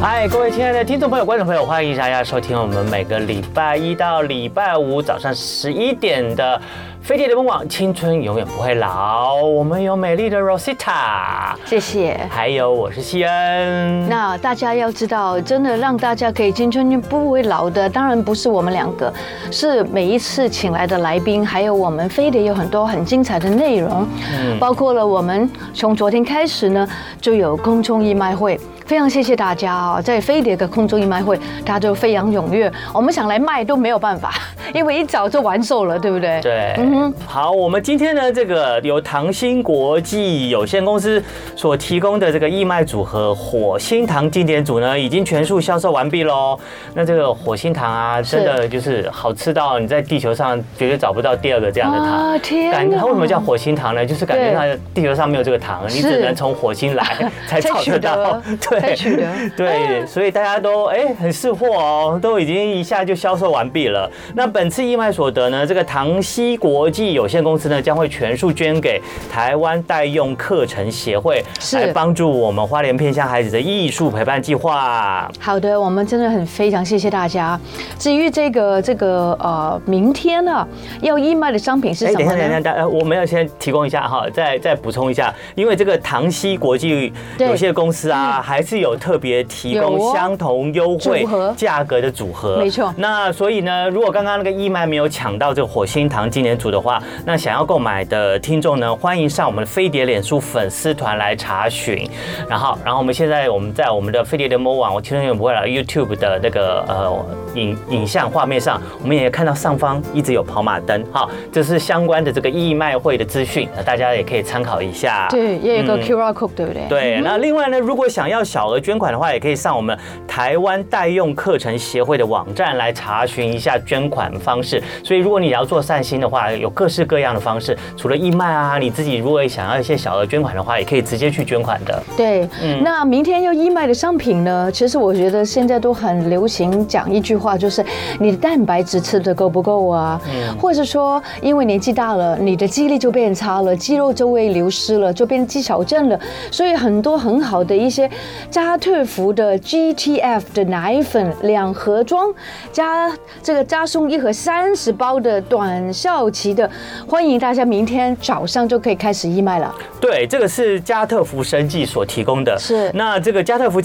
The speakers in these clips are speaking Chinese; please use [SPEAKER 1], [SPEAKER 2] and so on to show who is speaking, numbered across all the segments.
[SPEAKER 1] 嗨，各位亲爱的听众朋友、观众朋友，欢迎大家收听我们每个礼拜一到礼拜五早上十一点的飞碟联盟网《青春永远不会老》，我们有美丽的 Rosita，
[SPEAKER 2] 谢谢。
[SPEAKER 1] 还有我是西恩。
[SPEAKER 2] 那大家要知道，真的让大家可以青春不会老的，当然不是我们两个，是每一次请来的来宾，还有我们飞碟有很多很精彩的内容，
[SPEAKER 1] 嗯
[SPEAKER 2] 包括了我们从昨天开始呢，就有空中义卖会。非常谢谢大家啊、在飞碟的空中义卖会，大家就非常踊跃。我们想来卖都没有办法，因为一早就完售了，对不对？嗯
[SPEAKER 1] 对，好，我们今天呢，这个由唐鑫国际有限公司所提供的这个义卖组合火星糖经典组呢，已经全数销售完毕喽。那这个火星糖啊，真的就是好吃到你在地球上绝对找不到第二个这样的糖。
[SPEAKER 2] 啊天
[SPEAKER 1] 感
[SPEAKER 2] 哪
[SPEAKER 1] 它为什么叫火星糖呢？就是感觉
[SPEAKER 2] 对
[SPEAKER 1] 它地球上没有这个糖，你
[SPEAKER 2] 是
[SPEAKER 1] 只能从火星来才
[SPEAKER 2] 才
[SPEAKER 1] 找
[SPEAKER 2] 取
[SPEAKER 1] 得到
[SPEAKER 2] 得。
[SPEAKER 1] 对，
[SPEAKER 2] 才取得
[SPEAKER 1] 对，所以大家都哎、很识货哦，都已经一下就销售完毕了。那本次义卖所得呢，这个唐西国际有限公司呢将会全数捐给台湾代用课程协会，
[SPEAKER 2] 是
[SPEAKER 1] 来帮助我们花莲偏乡孩子的艺术陪伴计划。
[SPEAKER 2] 好的，我们真的很非常谢谢大家。至于这个这个呃，明天呢、要义卖的商品是
[SPEAKER 1] 哎，
[SPEAKER 2] 什
[SPEAKER 1] 等一
[SPEAKER 2] 么
[SPEAKER 1] 下，等一下，
[SPEAKER 2] 呢？
[SPEAKER 1] 大呃我们要先提供一下哈，再再补充一下，因为这个唐西国际
[SPEAKER 2] 对
[SPEAKER 1] 有限公司啊，还是有特别提供
[SPEAKER 2] 嗯有哦
[SPEAKER 1] 相同优惠
[SPEAKER 2] 组合
[SPEAKER 1] 价格的组合，
[SPEAKER 2] 没错
[SPEAKER 1] 那所以呢，如果刚刚那个义卖没有抢到这个火星糖纪念组的话，那想要购买的听众呢，欢迎上我们飞碟脸书粉丝团来查询。然后，然后我们现在我们在我们的飞碟联盟网，我青春永远不会老 YouTube 的那个呃影影像画面上，我们也看到上方一直有跑马灯哈，这是相关的这个义卖会的资讯，那大家也可以参考一下。
[SPEAKER 2] 对，也有一个
[SPEAKER 1] 嗯
[SPEAKER 2] QR code，、对不对？
[SPEAKER 1] 对，那另外呢，如果想要小额捐款的话，也可以上我们台湾代用课程协会的网站来查询一下捐款方式。所以，如果你要做善心的话，有各式各样的方式，除了义卖啊，你自己如果也想要一些小额捐款的话，也可以直接去捐款的。
[SPEAKER 2] 对，
[SPEAKER 1] 嗯
[SPEAKER 2] 那明天要义卖的商品呢？其实我觉得现在都很流行讲一句话，就是你的蛋白质吃的够不够啊？
[SPEAKER 1] 嗯
[SPEAKER 2] 或者说，因为年纪大了，你的记忆力就变差了，肌肉就会流失了，就变肌少症了。所以很多很好的一些加特福的 GTF 的奶粉两盒装，加这个加送一盒三十包的短效期的，欢迎大家明天早上就可以开始义卖了。
[SPEAKER 1] 对，这个是加特福生技所提供的。
[SPEAKER 2] 是
[SPEAKER 1] 那这个加特福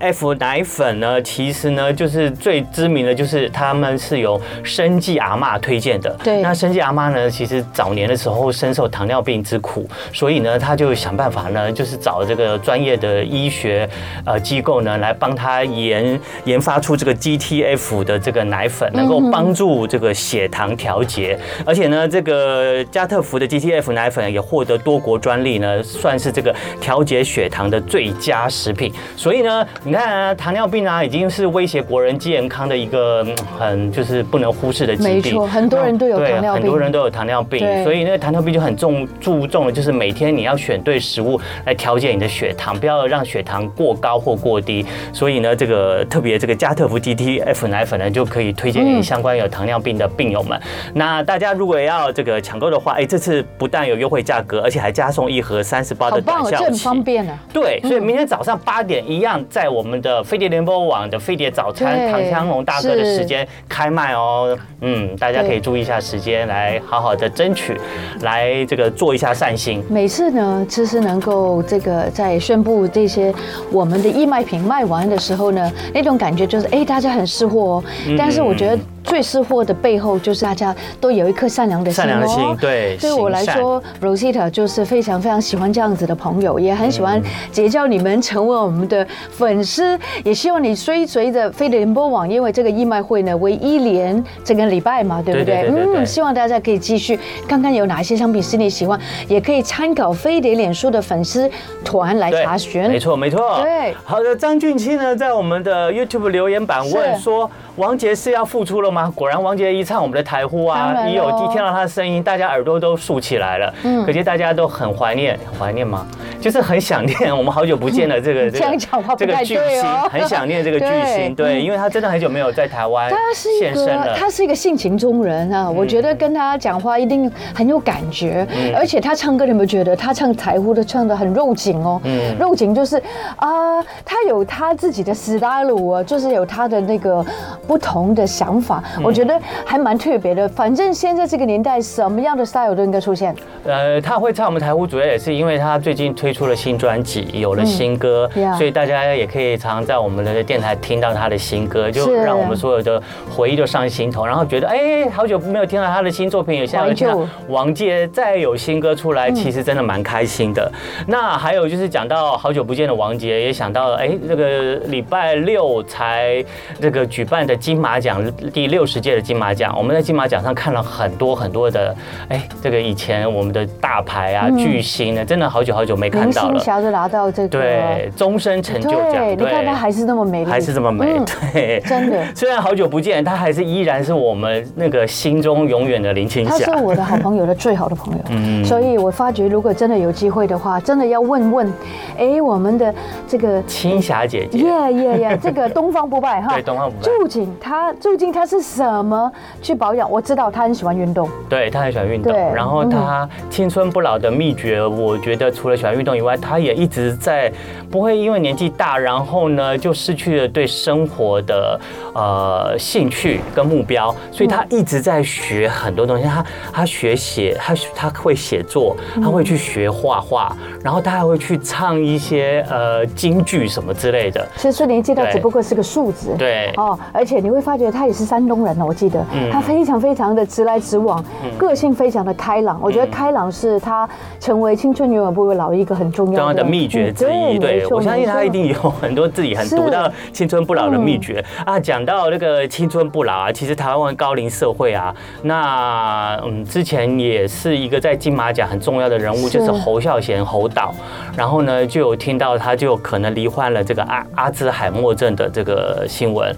[SPEAKER 1] GTF 奶粉呢，其实呢就是最知名的就是他们是由生技阿嬷推荐的。
[SPEAKER 2] 对
[SPEAKER 1] 那生技阿嬷呢，其实早年的时候深受糖尿病之苦，所以呢，她就想办法呢，就是找这个专业的医学呃机构呢，来帮她研研发出这个 GTF 的这个奶粉，能够帮助这个血糖调节。而且呢，这个加特福的 GTF 奶粉也获得多国专利呢，算是这个调节血糖的最佳食品。所以呢，你看、啊、糖尿病啊，已经是威胁国人健康的一个嗯很就是不能忽视的疾病。
[SPEAKER 2] 没错很多人都有
[SPEAKER 1] 哦对啊
[SPEAKER 2] 糖尿病
[SPEAKER 1] 很多人都有糖尿病，
[SPEAKER 2] 对
[SPEAKER 1] 所以那个糖尿病就很重注重的就是每天你要选对食物来调节你的血糖，不要让血糖过高或过低。所以呢，这个特别这个加特福 GTF 奶粉呢，就可以推荐给相关有糖尿病的病友们。那大家如果要这个抢购的话，哎，这次不但有优惠价格，而且还加送一盒三十包
[SPEAKER 2] 好
[SPEAKER 1] 的
[SPEAKER 2] 棒
[SPEAKER 1] 短
[SPEAKER 2] 哦，这
[SPEAKER 1] 效
[SPEAKER 2] 很
[SPEAKER 1] 期。
[SPEAKER 2] 方便啊。
[SPEAKER 1] 对，所以明天早上八点一样，在我们的飞碟联播网的飞碟早餐
[SPEAKER 2] 对
[SPEAKER 1] 唐香龙大哥的时间开卖哦。嗯，大家可以
[SPEAKER 2] 对
[SPEAKER 1] 注意一下时间，来好好的争取，来这个做一下善心。
[SPEAKER 2] 每次呢，其实能够这个在宣布这些我们的义卖品卖完的时候呢，那种感觉就是哎，大家很识货哦。
[SPEAKER 1] 嗯
[SPEAKER 2] 但是我觉得最识货的背后，就是大家都有一颗善良的心、
[SPEAKER 1] 善
[SPEAKER 2] 哦。
[SPEAKER 1] 良的心对
[SPEAKER 2] 对我来
[SPEAKER 1] 行善
[SPEAKER 2] 说，Rosita 就是非常非常喜欢这样子的朋友，也很
[SPEAKER 1] 嗯
[SPEAKER 2] 喜欢结交你们，成为我们的粉丝。也希望你追随着飞碟联播网，因为这个义卖会呢，为一连整个礼拜嘛，对
[SPEAKER 1] 对
[SPEAKER 2] 不对？
[SPEAKER 1] 对对对对
[SPEAKER 2] 嗯，希望大家可以继续看看有哪一些商品是你喜欢，也可以参考飞碟脸书的粉丝团来
[SPEAKER 1] 对，
[SPEAKER 2] 查询。
[SPEAKER 1] 没错没错。
[SPEAKER 2] 对
[SPEAKER 1] 好的，张俊清呢，在我们的 YouTube 留言板问
[SPEAKER 2] 是
[SPEAKER 1] 说，王杰是要复出了吗？果然，王杰一唱我们的台呼
[SPEAKER 2] 当
[SPEAKER 1] 啊，
[SPEAKER 2] 然嗯
[SPEAKER 1] 一有
[SPEAKER 2] 咯
[SPEAKER 1] 一听到他的声音，大家耳朵都竖起来了。可见大家都很怀念，很怀念吗？就是很想念我们好久不见的这个
[SPEAKER 2] 嗯这样讲话不
[SPEAKER 1] 这个
[SPEAKER 2] 太
[SPEAKER 1] 巨
[SPEAKER 2] 对
[SPEAKER 1] 星
[SPEAKER 2] 哦，
[SPEAKER 1] 很想念这个巨星，
[SPEAKER 2] 对嗯
[SPEAKER 1] 对，因为他真的很久没有在台湾
[SPEAKER 2] 他是一
[SPEAKER 1] 现身
[SPEAKER 2] 个
[SPEAKER 1] 了，嗯
[SPEAKER 2] 他是一个性情中人啊，我觉得跟他讲话一定很有感觉，而且他唱歌，你有没有觉得他唱台呼的唱的很肉紧哦？
[SPEAKER 1] 嗯
[SPEAKER 2] 肉紧就是啊、他有他自己的 style 啊，就是有他的那个不同的想法，
[SPEAKER 1] 嗯
[SPEAKER 2] 我觉得还蛮特别的。反正现在这个年代，什么样的 style 都应该出现。
[SPEAKER 1] 呃，他会唱我们台呼，主要也是因为他最近推出了新专辑，有了新歌，
[SPEAKER 2] 嗯 Yeah
[SPEAKER 1] 所以大家也可以常在我们的电台听到他的新歌，就是让我们所有的回忆都上心头，然后觉得哎，好久没有听到他的新作品，有些人听
[SPEAKER 2] 怀
[SPEAKER 1] 到
[SPEAKER 2] 旧
[SPEAKER 1] 王杰再有新歌出
[SPEAKER 2] 嗯
[SPEAKER 1] 来，其实真的蛮开心的。那还有就是讲到好久不见的王杰，也想到哎，这个礼拜六才这个举办的金马奖第六十届的金马奖，我们在金马奖上看了很多很多的哎，这个以前我们的大牌啊、巨星呢，真的好久好久没看
[SPEAKER 2] 嗯明
[SPEAKER 1] 到
[SPEAKER 2] 星
[SPEAKER 1] 了。
[SPEAKER 2] 侠都拿到这个，
[SPEAKER 1] 对，终身成就奖，
[SPEAKER 2] 对，你看他还是那么美丽，
[SPEAKER 1] 还是这么美，
[SPEAKER 2] 嗯
[SPEAKER 1] 对，
[SPEAKER 2] 真的
[SPEAKER 1] 虽然好久不见，他还是依然是我们那个心中永远的林青
[SPEAKER 2] 他是
[SPEAKER 1] 霞。
[SPEAKER 2] 我的好朋友的最好的朋友，
[SPEAKER 1] 啊 嗯
[SPEAKER 2] 所以我发觉如果真的有机会的话，真的要问问，哎，我们的这个
[SPEAKER 1] 青霞姐姐，
[SPEAKER 2] 耶耶 耶，这个东方不败哈，
[SPEAKER 1] 对东方不败
[SPEAKER 2] 究竟他究竟他是什么去保养？我知道他很喜欢运动，
[SPEAKER 1] 对她很喜欢运动
[SPEAKER 2] 对，
[SPEAKER 1] 然后她青春不老的秘诀，我觉得除了喜欢运动以外，她也一直在不会因为年纪大，然后呢就失去了对生活的呃兴趣跟目标，所以她一直在学很多东西。她她学写，她她会写作，她会去学画画，然后她还会去唱一些呃京剧什么之类的。
[SPEAKER 2] 其实年纪大
[SPEAKER 1] 对
[SPEAKER 2] 只不过是个数字。
[SPEAKER 1] 对，
[SPEAKER 2] 哦，而且你会发觉他也是山东人哦，我记得、
[SPEAKER 1] 嗯
[SPEAKER 2] 他非常非常的直来直往，个性非常的开朗。我
[SPEAKER 1] 嗯
[SPEAKER 2] 觉得开朗是他成为青春永远不会老一个很重
[SPEAKER 1] 重
[SPEAKER 2] 要
[SPEAKER 1] 要
[SPEAKER 2] 的
[SPEAKER 1] 的秘诀
[SPEAKER 2] 嗯
[SPEAKER 1] 之一。
[SPEAKER 2] 没
[SPEAKER 1] 对，
[SPEAKER 2] 错
[SPEAKER 1] 我相信他
[SPEAKER 2] 没
[SPEAKER 1] 一
[SPEAKER 2] 错
[SPEAKER 1] 定有很多自己很
[SPEAKER 2] 是
[SPEAKER 1] 独到青春不老的秘诀啊。讲到那个青春不老啊，其实台湾高龄社会啊，那嗯，之前也是一个在金马奖很重要的人物，
[SPEAKER 2] 是
[SPEAKER 1] 就是侯孝贤侯导。然后呢，就有听到他就有可能罹患了这个阿阿兹海默症的这个新闻。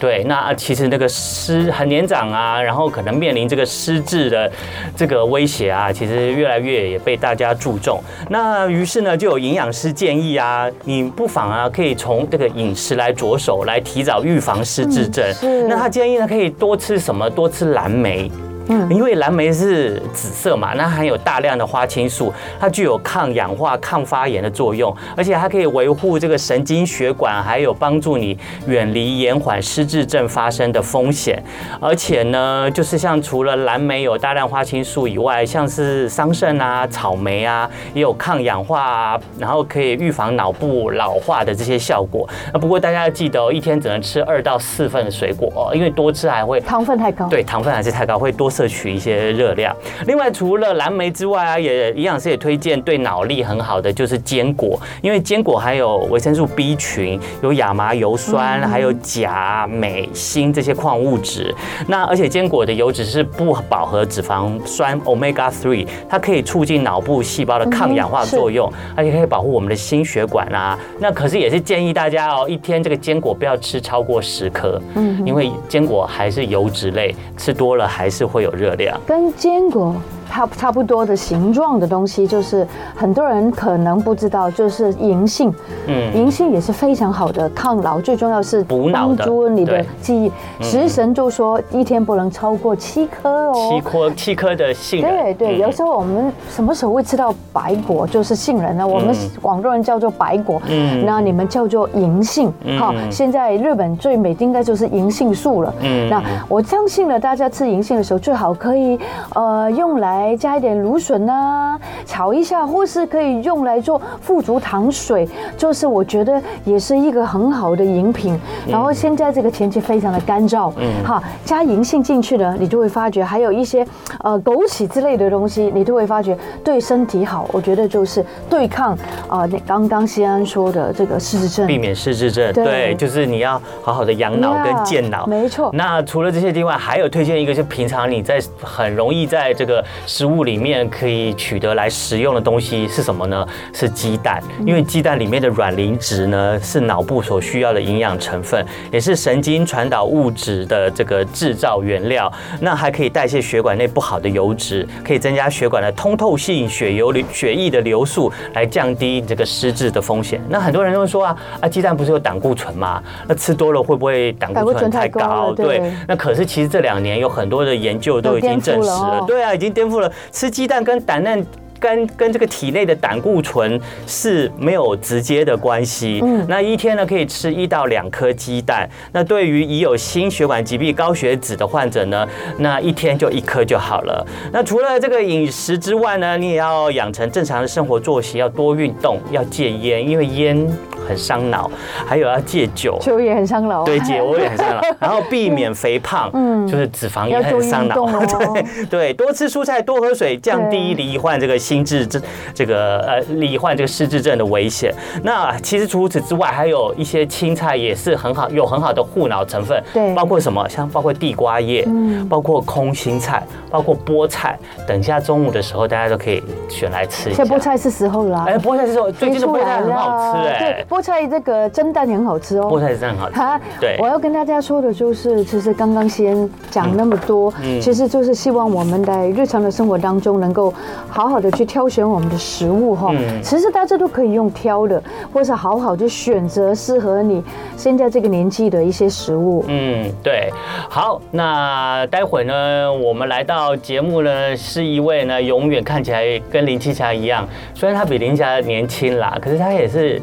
[SPEAKER 1] 对，那啊其实那个失很年长啊，然后可能面临这个失智的这个威胁啊，其实越来越也被大家注重。那于是呢，就有营养师建议啊，你不妨啊可以从这个饮食来着手，来提早预防失智症。
[SPEAKER 2] 是
[SPEAKER 1] 那他建议呢，可以多吃什么？多吃蓝莓。
[SPEAKER 2] 嗯
[SPEAKER 1] 因为蓝莓是紫色嘛，那含有大量的花青素，它具有抗氧化、抗发炎的作用，而且它可以维护这个神经血管，还有帮助你远离延缓失智症发生的风险。而且呢，就是像除了蓝莓有大量花青素以外，像是桑葚啊、草莓啊，也有抗氧化啊，然后可以预防脑部老化的这些效果。那不过大家要记得哦，一天只能吃二到四份的水果哦，因为多吃还会
[SPEAKER 2] 糖分太高。
[SPEAKER 1] 对糖分还是太高，会多摄取一些热量。另外，除了蓝莓之外啊，也营养师也推荐对脑力很好的就是坚果，因为坚果含有维生素 B 群、有亚麻油酸，还有钾、镁、锌这些矿物质。那而且坚果的油脂是不饱和脂肪酸 omega three，它可以促进脑部细胞的抗氧化
[SPEAKER 2] 嗯是
[SPEAKER 1] 作用，而且可以保护我们的心血管啊。那可是也是建议大家哦，一天这个坚果不要吃超过十颗，嗯，因为坚果还是油脂类，吃多了还是会有热量。
[SPEAKER 2] 跟坚果它差不多的形状的东西，就是很多人可能不知道，就是银杏。
[SPEAKER 1] 嗯
[SPEAKER 2] 银杏也是非常好的抗老，最重要是
[SPEAKER 1] 补脑的
[SPEAKER 2] 帮助你的
[SPEAKER 1] 对嗯
[SPEAKER 2] 记忆。食神就说一天不能超过七颗哦。
[SPEAKER 1] 七颗七颗的杏仁，
[SPEAKER 2] 对对，
[SPEAKER 1] 嗯
[SPEAKER 2] 有时候我们什么时候会吃到白果，就是杏仁呢？我们广东人叫做白果，
[SPEAKER 1] 嗯
[SPEAKER 2] 那你们叫做银杏，哈。现在日本最美的应该就是银杏树了，
[SPEAKER 1] 嗯
[SPEAKER 2] 那我相信呢，大家吃银杏的时候最好可以呃用来加一点芦笋啊，炒一下，或是可以用来做富足糖水，就是我觉得也是一个很好的饮品。然后现在这个天气非常的干燥，
[SPEAKER 1] 嗯
[SPEAKER 2] 哈，加银杏进去呢，你就会发觉还有一些呃枸杞之类的东西，你都会发觉对身体好。我觉得就是对抗啊、呃，你刚刚西安说的这个失智症，
[SPEAKER 1] 避免失智症，
[SPEAKER 2] 对
[SPEAKER 1] 对，就是你要好好的养脑跟
[SPEAKER 2] Yeah，
[SPEAKER 1] 健脑，
[SPEAKER 2] 没错嗯
[SPEAKER 1] 那除了这些之外，还有推荐一个，就平常你在很容易在这个食物里面可以取得来食用的东西是什么呢？是鸡蛋，因为鸡蛋里面的卵磷脂呢是脑部所需要的营养成分，也是神经传导物质的这个制造原料。那还可以代谢血管内不好的油脂，可以增加血管的通透性、血流流血液的流速，来降低这个失智的风险。那很多人都会说啊啊，鸡蛋不是有胆固醇吗？那吃多了会不会胆
[SPEAKER 2] 胆
[SPEAKER 1] 固
[SPEAKER 2] 固
[SPEAKER 1] 醇
[SPEAKER 2] 醇太
[SPEAKER 1] 太
[SPEAKER 2] 高了
[SPEAKER 1] 高？
[SPEAKER 2] 对
[SPEAKER 1] 对，那可是其实这两年有很多的研究都已
[SPEAKER 2] 有
[SPEAKER 1] 经
[SPEAKER 2] 颠覆
[SPEAKER 1] 证实
[SPEAKER 2] 了哦
[SPEAKER 1] 了，对啊，已经颠覆了吃鸡蛋跟胆蛋。跟跟这个体内的胆固醇是没有直接的关系。
[SPEAKER 2] 嗯
[SPEAKER 1] 那一天呢可以吃一到两颗鸡蛋。那对于已有心血管疾病、高血脂的患者呢，那一天就一颗就好了。那除了这个饮食之外呢，你也要养成正常的生活作息，要多运动，要戒烟，因为烟很伤脑，还有要戒酒。
[SPEAKER 2] 球也很伤脑啊。
[SPEAKER 1] 对，姐我也很 伤脑。然后避免肥胖，嗯，就是脂肪也
[SPEAKER 2] 要多
[SPEAKER 1] 很
[SPEAKER 2] 运
[SPEAKER 1] 伤脑。
[SPEAKER 2] 动哦。
[SPEAKER 1] 对，多吃蔬菜，多喝水，降低
[SPEAKER 2] 对
[SPEAKER 1] 罹患这个心智这这个呃罹患这个失智症的危险。那其实除此之外，还有一些青菜也是很好，有很好的护脑成分，
[SPEAKER 2] 对嗯
[SPEAKER 1] 包括什么，像包括地瓜叶，包括空心菜，包括菠菜。等一下中午的时候，大家都可以选来吃一下。
[SPEAKER 2] 现在菠，菜是时候啊啦，
[SPEAKER 1] 哎，菠菜是说最近的菠菜很好吃
[SPEAKER 2] 啊对
[SPEAKER 1] 哎，，
[SPEAKER 2] 菠菜这个蒸蛋也很好吃哦。
[SPEAKER 1] 菠菜是真的很好吃。
[SPEAKER 2] 他，
[SPEAKER 1] 对
[SPEAKER 2] 我要跟大家说的就是，其实刚刚先讲那么多，
[SPEAKER 1] 嗯
[SPEAKER 2] 其实就是希望我们在日常的生活当中能够好好的去挑选我们的食物哈。
[SPEAKER 1] 嗯
[SPEAKER 2] 其实大家都可以用挑的，或是好好的选择适合你现在这个年纪的一些食物。
[SPEAKER 1] 嗯，对，好，那待会呢，我们来到节目呢，是一位呢，永远看起来跟林青霞一样，虽然她比林青霞年轻啦，可是她也是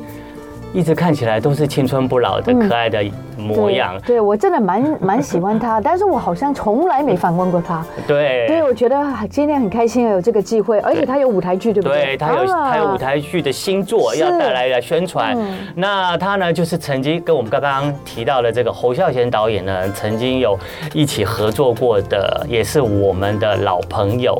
[SPEAKER 1] 一直看起来都是青春不老的、
[SPEAKER 2] 嗯
[SPEAKER 1] 可爱的模样。
[SPEAKER 2] 对，对我真的 蛮蛮喜欢他，但是我好像从来没访问过他。
[SPEAKER 1] 对，
[SPEAKER 2] 对，我觉得今天很开心有这个机会，而且他有舞台剧，对不对？
[SPEAKER 1] 对他有
[SPEAKER 2] 啊
[SPEAKER 1] 他有舞台剧的新作
[SPEAKER 2] 是
[SPEAKER 1] 要带来来宣传。
[SPEAKER 2] 嗯
[SPEAKER 1] 那他呢，就是曾经跟我们刚刚提到的这个侯孝贤导演呢，曾经有一起合作过的，也是我们的老朋友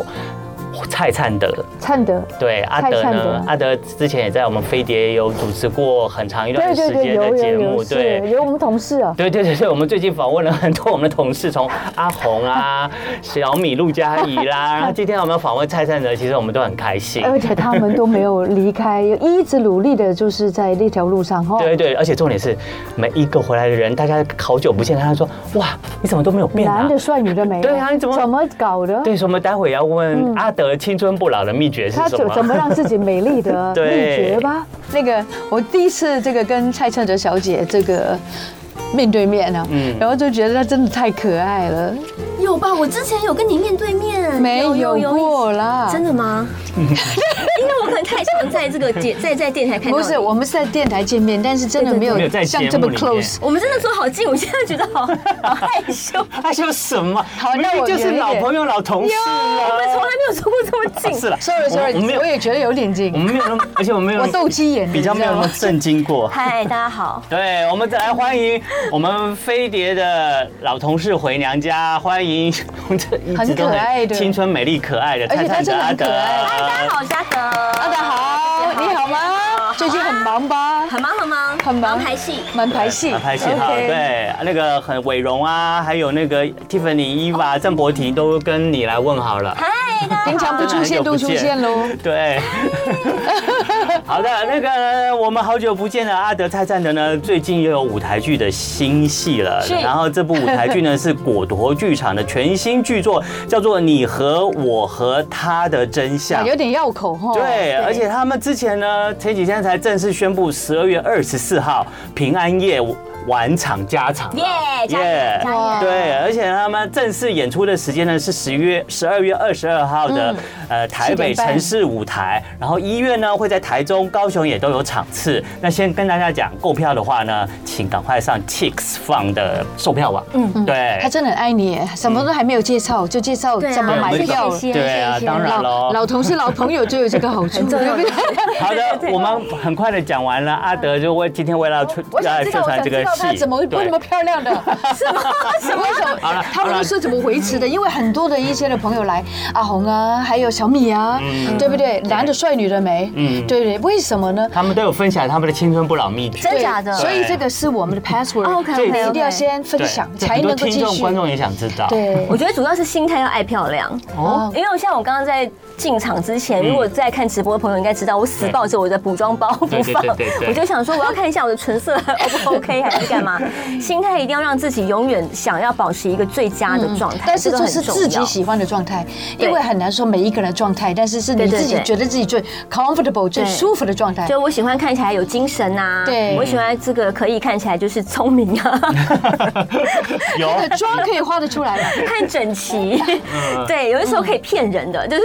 [SPEAKER 1] 蔡灿德。
[SPEAKER 2] 灿德。
[SPEAKER 1] 对，阿
[SPEAKER 2] 蔡
[SPEAKER 1] 德
[SPEAKER 2] 灿
[SPEAKER 1] 呢
[SPEAKER 2] 德？
[SPEAKER 1] 阿德之前也在我们飞碟也有主持过很长一段时间的
[SPEAKER 2] 有
[SPEAKER 1] 节
[SPEAKER 2] 有
[SPEAKER 1] 目，
[SPEAKER 2] 有，
[SPEAKER 1] 对
[SPEAKER 2] 是。有我们同事啊，
[SPEAKER 1] 对对对对，我们最近访问了很多我们的同事，从阿红 啊、小米、陆佳怡啦，然后今天我们访问蔡灿德，其实我们都很开心。
[SPEAKER 2] 而且他们都没有离开，一直努力的就是在那条路上哈。哦
[SPEAKER 1] 对对，而且重点是，每一个回来的人，大家好久不见，他说：“哇，你怎么都没有变啊
[SPEAKER 2] 男的帅，女的 美。
[SPEAKER 1] 对啊你怎么
[SPEAKER 2] 怎么搞的？”？
[SPEAKER 1] 对，所以我们待会也要问阿德青春不老的秘诀是
[SPEAKER 2] 嗯他
[SPEAKER 1] 什
[SPEAKER 2] 怎怎
[SPEAKER 1] 么？啊
[SPEAKER 2] 么让自己美丽的 秘
[SPEAKER 1] 对
[SPEAKER 2] 诀吧？那个我第一次这个跟蔡灿哲小姐这个面对面呢、啊，
[SPEAKER 1] 嗯
[SPEAKER 2] 然后就觉得她真的太可爱了，
[SPEAKER 3] 有吧？我之前有跟你面对面，
[SPEAKER 2] 没有过啦。
[SPEAKER 3] 真的 吗？因为我可能太常在这个节在在电台看到
[SPEAKER 2] 不
[SPEAKER 3] 你。
[SPEAKER 2] 是，我们是在电台见面，但是真的没
[SPEAKER 1] 对对对没有在
[SPEAKER 2] 有像这
[SPEAKER 1] 节目
[SPEAKER 2] 么
[SPEAKER 1] 里面
[SPEAKER 2] close。
[SPEAKER 3] 我们真的说好近，我现在觉得好好害 羞，我
[SPEAKER 1] 他说什么？
[SPEAKER 2] 好
[SPEAKER 1] 明
[SPEAKER 2] 那
[SPEAKER 1] 明
[SPEAKER 2] 我
[SPEAKER 1] 就是
[SPEAKER 2] 有一
[SPEAKER 1] 老
[SPEAKER 2] 点
[SPEAKER 1] 朋友、老同事
[SPEAKER 2] 呃
[SPEAKER 3] 们从
[SPEAKER 1] 了。
[SPEAKER 3] 来没有走过这么近。。
[SPEAKER 1] 是了
[SPEAKER 2] Sorry
[SPEAKER 1] 我们没
[SPEAKER 2] Sorry，
[SPEAKER 1] 有
[SPEAKER 2] 我也觉得有点近
[SPEAKER 1] 我，们没 有那么，而且我们没有
[SPEAKER 2] 我斗鸡眼，
[SPEAKER 1] 比较
[SPEAKER 2] 你
[SPEAKER 1] 没
[SPEAKER 2] 知
[SPEAKER 1] 有
[SPEAKER 2] 道
[SPEAKER 1] 那
[SPEAKER 2] 吗
[SPEAKER 1] 么震惊过
[SPEAKER 3] 嗨，大家好。
[SPEAKER 1] 对，我们再来欢迎我们飞碟的老同事回娘家，欢迎这一直都
[SPEAKER 2] 很可爱的
[SPEAKER 1] 青春美丽可爱的
[SPEAKER 2] 而
[SPEAKER 1] 灿
[SPEAKER 2] 且她
[SPEAKER 1] 灿的
[SPEAKER 2] 真的
[SPEAKER 1] 阿
[SPEAKER 2] 很
[SPEAKER 1] 德
[SPEAKER 2] 可爱。
[SPEAKER 3] 嗨，大家好，嘉德。大
[SPEAKER 2] 呃大家，好，你好吗？最近很忙 吧？
[SPEAKER 3] 很忙很忙
[SPEAKER 2] 很忙
[SPEAKER 3] 排戏。
[SPEAKER 2] 蛮排戏，
[SPEAKER 1] 啊拍戏哈，
[SPEAKER 2] OK。
[SPEAKER 1] 对，那个很伟荣啊，还有那个 Tiffany、伊娃、郑博婷都跟你来问好了。
[SPEAKER 3] 嗨，大家好。
[SPEAKER 2] 平常不出现都出现喽。
[SPEAKER 1] 对，好的，那个我们好久不见的阿德蔡灿德呢，最近又有舞台剧的新戏了。
[SPEAKER 2] 是
[SPEAKER 1] 然后这部舞台剧呢是果陀剧场的全新剧作，叫做《你和我和他的真相》。
[SPEAKER 2] 哎有点哦绕口哈。
[SPEAKER 1] 啊对，而且他们之前呢，前几天才正式宣布，十二月二十四号平安夜晚场加场了。啊
[SPEAKER 3] 耶，加
[SPEAKER 1] 耶
[SPEAKER 3] 油加
[SPEAKER 2] 哦
[SPEAKER 3] 油！
[SPEAKER 1] 对，而且他们正式演出的时间呢是十月十二月二十二号的、呃台北城市舞台，然后一月呢会在台中、高雄也都有场次。那先跟大家讲，购票的话呢，请赶快上 Chicks 放的售票网。嗯，对
[SPEAKER 2] 他。真的很爱你耶，什么都还没有介绍，就介绍
[SPEAKER 3] 对啊
[SPEAKER 2] 怎么买票了。
[SPEAKER 3] 谢谢
[SPEAKER 1] 对嗯啊
[SPEAKER 3] 谢谢
[SPEAKER 1] 当然啊了
[SPEAKER 2] 老老同事、老朋友就有这个好处，
[SPEAKER 3] 很重
[SPEAKER 2] 对
[SPEAKER 3] 要
[SPEAKER 2] 不对？
[SPEAKER 1] 好的，我们很快的讲完了。阿德就为今天为了
[SPEAKER 3] 我
[SPEAKER 1] 宣
[SPEAKER 3] 想
[SPEAKER 1] 来
[SPEAKER 3] 知
[SPEAKER 1] 宣
[SPEAKER 3] 道，我
[SPEAKER 1] 传
[SPEAKER 3] 想
[SPEAKER 1] 这
[SPEAKER 3] 知
[SPEAKER 1] 个
[SPEAKER 3] 道
[SPEAKER 2] 道她怎么
[SPEAKER 1] 对
[SPEAKER 2] 为什么 漂亮的，是吗？什么为什么？
[SPEAKER 1] 好了
[SPEAKER 2] 他
[SPEAKER 1] 好
[SPEAKER 2] 们
[SPEAKER 1] 了
[SPEAKER 2] 是怎么维持的？因为很多的一些的朋友来，阿红啊，还有小米啊，对不对？男的帅，女的美，
[SPEAKER 1] 嗯
[SPEAKER 2] 对不对？为什么呢？
[SPEAKER 1] 他们都有分享他们的青春不老秘诀。
[SPEAKER 3] 真假的
[SPEAKER 2] 对所以这个是我们的 password，
[SPEAKER 3] 哦，OK，OK，OK
[SPEAKER 2] 所以你一定要先分享，
[SPEAKER 1] 对
[SPEAKER 2] 才
[SPEAKER 1] 很
[SPEAKER 2] 能
[SPEAKER 1] 多
[SPEAKER 2] 够
[SPEAKER 1] 听
[SPEAKER 2] 继
[SPEAKER 1] 众
[SPEAKER 2] 续。
[SPEAKER 1] 观众也想知道。
[SPEAKER 2] 对
[SPEAKER 3] 我，觉得主要是心态要爱漂亮，
[SPEAKER 1] 哦，
[SPEAKER 3] 因为像我刚刚在进场之
[SPEAKER 1] 嗯
[SPEAKER 3] 前，如果在看直播的朋友应该知道，我死抱着我的补妆包不
[SPEAKER 1] 对对
[SPEAKER 3] 放
[SPEAKER 1] 对对，对
[SPEAKER 3] 我就想说我要看一下我的唇色 O 不 OK 还是 干嘛，心态一定要让自己永远想要保持一个最佳的状态，
[SPEAKER 2] 哦嗯但是
[SPEAKER 3] 哎个
[SPEAKER 2] 这
[SPEAKER 3] 很
[SPEAKER 2] 是
[SPEAKER 3] 重
[SPEAKER 2] 自己
[SPEAKER 3] 要
[SPEAKER 2] 喜欢的状态，
[SPEAKER 3] 对
[SPEAKER 2] 因为很难说每一个人的状态，但是是你
[SPEAKER 3] 对对
[SPEAKER 2] 自己
[SPEAKER 3] 对
[SPEAKER 2] 觉得自己最 comfortable、最舒服的状态。
[SPEAKER 3] 就我喜欢看起来有精神啊，
[SPEAKER 2] 对
[SPEAKER 3] 我喜欢这个可以看起来就是聪明啊，
[SPEAKER 1] 有
[SPEAKER 2] 那个妆可以画得出来 吗？
[SPEAKER 3] 看整齐，
[SPEAKER 1] 嗯
[SPEAKER 3] 对，有的时候可以骗人的，就是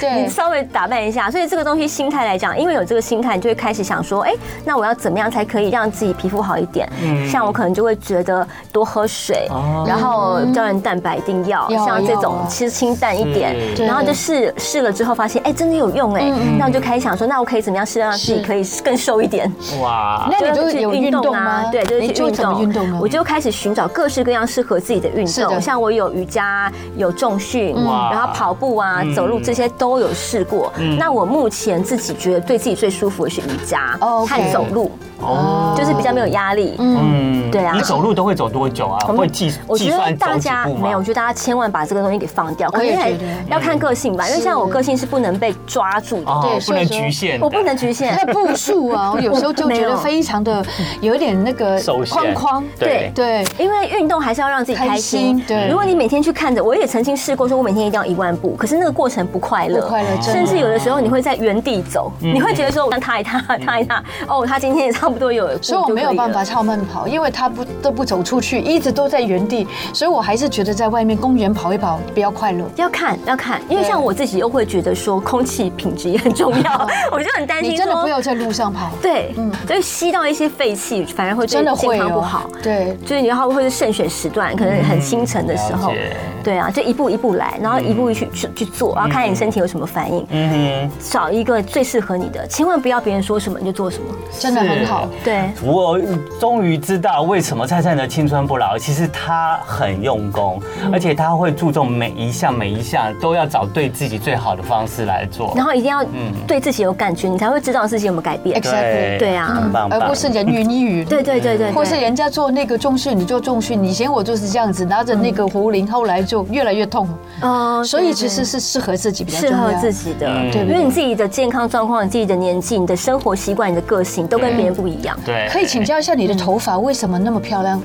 [SPEAKER 2] 对
[SPEAKER 3] 你稍微打扮一下。所以这个东西心态来讲，因为有这个心态，你就会开始想说，哎，那我要怎么样才可以让自己皮肤好一点？像我可能就会觉得多喝水
[SPEAKER 1] 嗯哦，
[SPEAKER 3] 然后胶原蛋白一定要，
[SPEAKER 2] 要啊
[SPEAKER 3] 像这种
[SPEAKER 2] 要啊
[SPEAKER 3] 吃清淡一点，
[SPEAKER 1] 是
[SPEAKER 3] 然后就试试了之后发现，哎，真的有用哎，那我就开始想说，那我可以怎么样是让自己
[SPEAKER 2] 嗯是
[SPEAKER 3] 可以更瘦一点？
[SPEAKER 1] 哇，
[SPEAKER 2] 那你就
[SPEAKER 3] 就是
[SPEAKER 2] 有
[SPEAKER 3] 去啊
[SPEAKER 2] 运动吗？
[SPEAKER 3] 对，就是
[SPEAKER 2] 你
[SPEAKER 3] 去
[SPEAKER 2] 就
[SPEAKER 3] 运
[SPEAKER 2] 怎么
[SPEAKER 3] 动。
[SPEAKER 2] 运动呢？
[SPEAKER 3] 我就开始寻找各式各样适合自己的运
[SPEAKER 2] 是的嗯
[SPEAKER 3] 动，像我有瑜伽、有重训，
[SPEAKER 1] 哇
[SPEAKER 3] 然后跑步啊、
[SPEAKER 1] 嗯
[SPEAKER 3] 走路这些都有试过。那我目前自己觉得对自己最舒服的是瑜伽
[SPEAKER 2] 哦，OK
[SPEAKER 3] 和走路，
[SPEAKER 1] 哦，
[SPEAKER 3] 就是比较没有压力。
[SPEAKER 1] 嗯
[SPEAKER 3] 对啊
[SPEAKER 1] 你走路都会走多久啊？会计
[SPEAKER 3] 我
[SPEAKER 1] 计
[SPEAKER 3] 觉得
[SPEAKER 1] 算
[SPEAKER 3] 大
[SPEAKER 1] 走几
[SPEAKER 3] 家
[SPEAKER 1] 步吗？
[SPEAKER 3] 没有，我觉得大家千万把这个东西给放掉，
[SPEAKER 2] 我也
[SPEAKER 3] 还
[SPEAKER 2] 觉得
[SPEAKER 3] 要看个性吧，因为像我个性是不能被抓住的，
[SPEAKER 1] 哦
[SPEAKER 2] 对，
[SPEAKER 1] 不
[SPEAKER 2] 所以
[SPEAKER 1] 能
[SPEAKER 2] 说
[SPEAKER 1] 局限的，
[SPEAKER 3] 我不能局限。
[SPEAKER 2] 那步数 啊，我有时候就觉
[SPEAKER 3] 没
[SPEAKER 2] 得
[SPEAKER 3] 有
[SPEAKER 2] 非常 的有一点那个
[SPEAKER 1] 受限
[SPEAKER 2] 框框。
[SPEAKER 1] 对
[SPEAKER 2] 对，
[SPEAKER 3] 因为运动还是要让自己开心。
[SPEAKER 2] 开心对
[SPEAKER 3] 如果你每天去看着，我也曾经试过，说我每天一定要一万步，可是那个过程不快乐，
[SPEAKER 2] 不快乐嗯真的
[SPEAKER 3] 甚至有的时候你会在原地走，你会觉得说，我踏一踏，踏一踏，哦，他今天也差不多有了，
[SPEAKER 2] 嗯 所以我没有办法。超慢跑，因为他不都不走出去，一直都在原地，所以我还是觉得在外面公园跑一跑比较快乐。
[SPEAKER 3] 要看要看，因为
[SPEAKER 2] 对
[SPEAKER 3] 像我自己又会觉得说空气品质也很重要， 我就很担心
[SPEAKER 2] 你真的
[SPEAKER 3] 说
[SPEAKER 2] 不要在路上跑，
[SPEAKER 3] 对，所以吸到一些废气，反而会对
[SPEAKER 2] 真的
[SPEAKER 3] 健
[SPEAKER 2] 会
[SPEAKER 3] 康
[SPEAKER 2] 哦
[SPEAKER 3] 不好。
[SPEAKER 2] 对，
[SPEAKER 3] 就是然后会是慎选时段，可能很清晨的时候
[SPEAKER 1] 了解，
[SPEAKER 3] 对啊，就一步一步来，然后一步一去去去做，然后看你身体有什么反应，
[SPEAKER 1] 嗯哼，
[SPEAKER 3] 找一个最适合你的，千万不要别人说什么你就做什么。
[SPEAKER 2] 真的很好。
[SPEAKER 1] 是
[SPEAKER 3] 对，
[SPEAKER 1] 我终于知道为什么蔡灿的青春不老，其实他很用功，
[SPEAKER 3] 嗯
[SPEAKER 1] 而且他会注重每一项每一项都要找对自己最好的方式来做。
[SPEAKER 3] 然后一定要对自己有感觉，你才会知道自己有没有改变。
[SPEAKER 2] Exactly，
[SPEAKER 3] 对啊
[SPEAKER 1] 很棒，
[SPEAKER 2] 而不是人云亦云。
[SPEAKER 3] 对对对对，对
[SPEAKER 2] 或是人家做那个重训，你做重训。以前我就是这样子，拿着那个壶铃，后来就越来越痛。
[SPEAKER 3] 哦
[SPEAKER 2] 所以
[SPEAKER 3] 对
[SPEAKER 2] 其实是适合自己比较重
[SPEAKER 3] 适合
[SPEAKER 2] 要。
[SPEAKER 3] 自己的，
[SPEAKER 1] 嗯
[SPEAKER 2] 对不
[SPEAKER 3] 因
[SPEAKER 2] 对
[SPEAKER 3] 为你自己的健康状况、你自己的年纪、你的生活习惯、你的个性都跟别人不一样。
[SPEAKER 1] 对，
[SPEAKER 2] 可以请教一下你的头发为什么那么漂 亮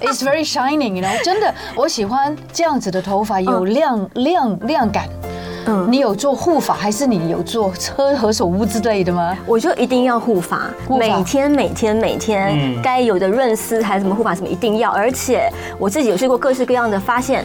[SPEAKER 2] ？It's very shining，you know，真的，我喜欢这样子的头发，有亮亮亮感。
[SPEAKER 3] 哦嗯
[SPEAKER 2] 你有做护发，还是你有做车和手屋之类的 吗？
[SPEAKER 3] 我就一定要护发，
[SPEAKER 2] 护嗯发
[SPEAKER 3] 每天每天每天，该有的润丝还是什么护发什么一定要，而且我自己有试过各式各样的，发现。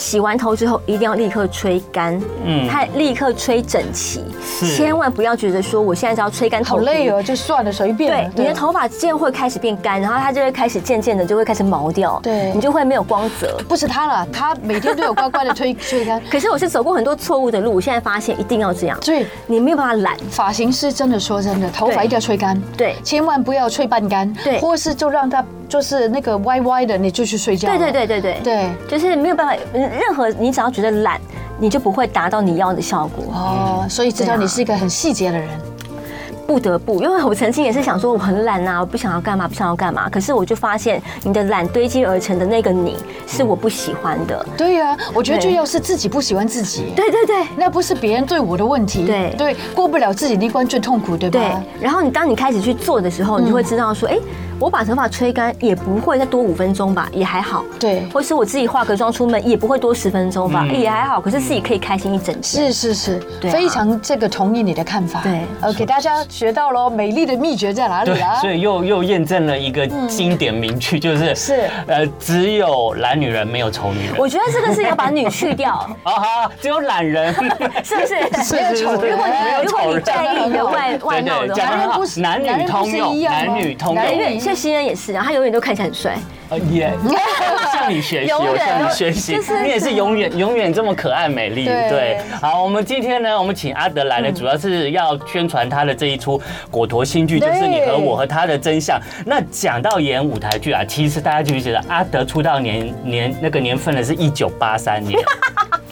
[SPEAKER 3] 洗完头之后一定要立刻吹干，
[SPEAKER 1] 嗯
[SPEAKER 3] 嗯，还立刻吹整齐，
[SPEAKER 1] 是
[SPEAKER 3] 千万不要觉得说我现在只要吹干
[SPEAKER 2] 好
[SPEAKER 3] 头皮
[SPEAKER 2] 累哦，就算了，随便
[SPEAKER 3] 对
[SPEAKER 2] 了。，
[SPEAKER 3] 你的头发渐会开始变干，然后它就会开始渐渐的就会开始毛掉，
[SPEAKER 2] 对
[SPEAKER 3] 你就会没有光泽。
[SPEAKER 2] 不是他了，他每天都有乖乖的 推推干。
[SPEAKER 3] 可是我是走过很多错误的路，我现在发现一定要这样，
[SPEAKER 2] 所以
[SPEAKER 3] 你没有办法懒，
[SPEAKER 2] 发型师真的说真的，头发
[SPEAKER 3] 对
[SPEAKER 2] 一定要吹干，
[SPEAKER 3] 对
[SPEAKER 2] 千万不要吹半干，
[SPEAKER 3] 对
[SPEAKER 2] 或是就让它就是那个歪歪的，你就去睡觉了。
[SPEAKER 3] 对对对对对
[SPEAKER 2] 对，
[SPEAKER 3] 就是没有办法，嗯任何你只要觉得懒，你就不会达到你要的效果。
[SPEAKER 2] 哦，所以知道
[SPEAKER 3] 对啊
[SPEAKER 2] 你是一个很细节的人，
[SPEAKER 3] 不得不，因为我曾经也是想说我很懒啊，我不想要干嘛，不想要干嘛。可是我就发现，你的懒堆积而成的那个你是我不喜欢的。
[SPEAKER 2] 对呀、我觉得就
[SPEAKER 3] 对
[SPEAKER 2] 要是自己不喜欢自己，
[SPEAKER 3] 对对对。
[SPEAKER 2] 那不是别人对我的问题，
[SPEAKER 3] 对
[SPEAKER 2] 对，过不了自己那关最痛苦，对
[SPEAKER 3] 对
[SPEAKER 2] 吧？，
[SPEAKER 3] 然后你当你开始去做的时候，你就会知道说，哎，我把头发吹干也不会再多五分钟吧，也还好。
[SPEAKER 2] 对
[SPEAKER 3] 或是我自己化个妆出门也不会多十分钟吧，也还好。可是自己可以开心一整天。
[SPEAKER 2] 是是是，
[SPEAKER 3] 对啊
[SPEAKER 2] 非常这个同意你的看法。
[SPEAKER 3] 对
[SPEAKER 2] ，OK，大家学到了美丽的秘诀在哪里
[SPEAKER 1] 对，
[SPEAKER 2] 啊？
[SPEAKER 1] 所以又又验证了一个经典名句，就是
[SPEAKER 2] 是
[SPEAKER 1] 呃，只有懒女人没有丑女人。
[SPEAKER 3] 我觉得这个是要把女去掉，
[SPEAKER 1] 啊哈，只有懒人，
[SPEAKER 3] 是不是？
[SPEAKER 2] 没 有丑人
[SPEAKER 3] 如果
[SPEAKER 2] 没有
[SPEAKER 3] 你如
[SPEAKER 1] 丑
[SPEAKER 3] 果你
[SPEAKER 1] 人
[SPEAKER 3] 在意你的外外貌
[SPEAKER 1] 对
[SPEAKER 3] 的
[SPEAKER 1] 对讲得。
[SPEAKER 3] 话
[SPEAKER 2] 男人不是
[SPEAKER 1] 男
[SPEAKER 2] 男
[SPEAKER 1] 女
[SPEAKER 2] 人不
[SPEAKER 1] 通
[SPEAKER 2] 是一
[SPEAKER 1] 用，
[SPEAKER 2] 样吗
[SPEAKER 1] 男女通
[SPEAKER 2] 男
[SPEAKER 1] 用
[SPEAKER 2] 人，
[SPEAKER 3] 对，像新人也是啊，他永远都看起来很帅。
[SPEAKER 1] 呃也像向你学习，
[SPEAKER 3] 永远
[SPEAKER 1] 我向你学习
[SPEAKER 3] 就，是
[SPEAKER 1] 你也是永远永远这么可爱美丽。
[SPEAKER 2] 对嗯
[SPEAKER 1] 对，好，我们今天呢，我们请阿德来呢，主要是要宣传他的这一出《果陀新剧》，就是你和我和他的真相。那讲到演舞台剧啊，其实大家就会觉得阿德出道年年那个年份呢是一九八三 年。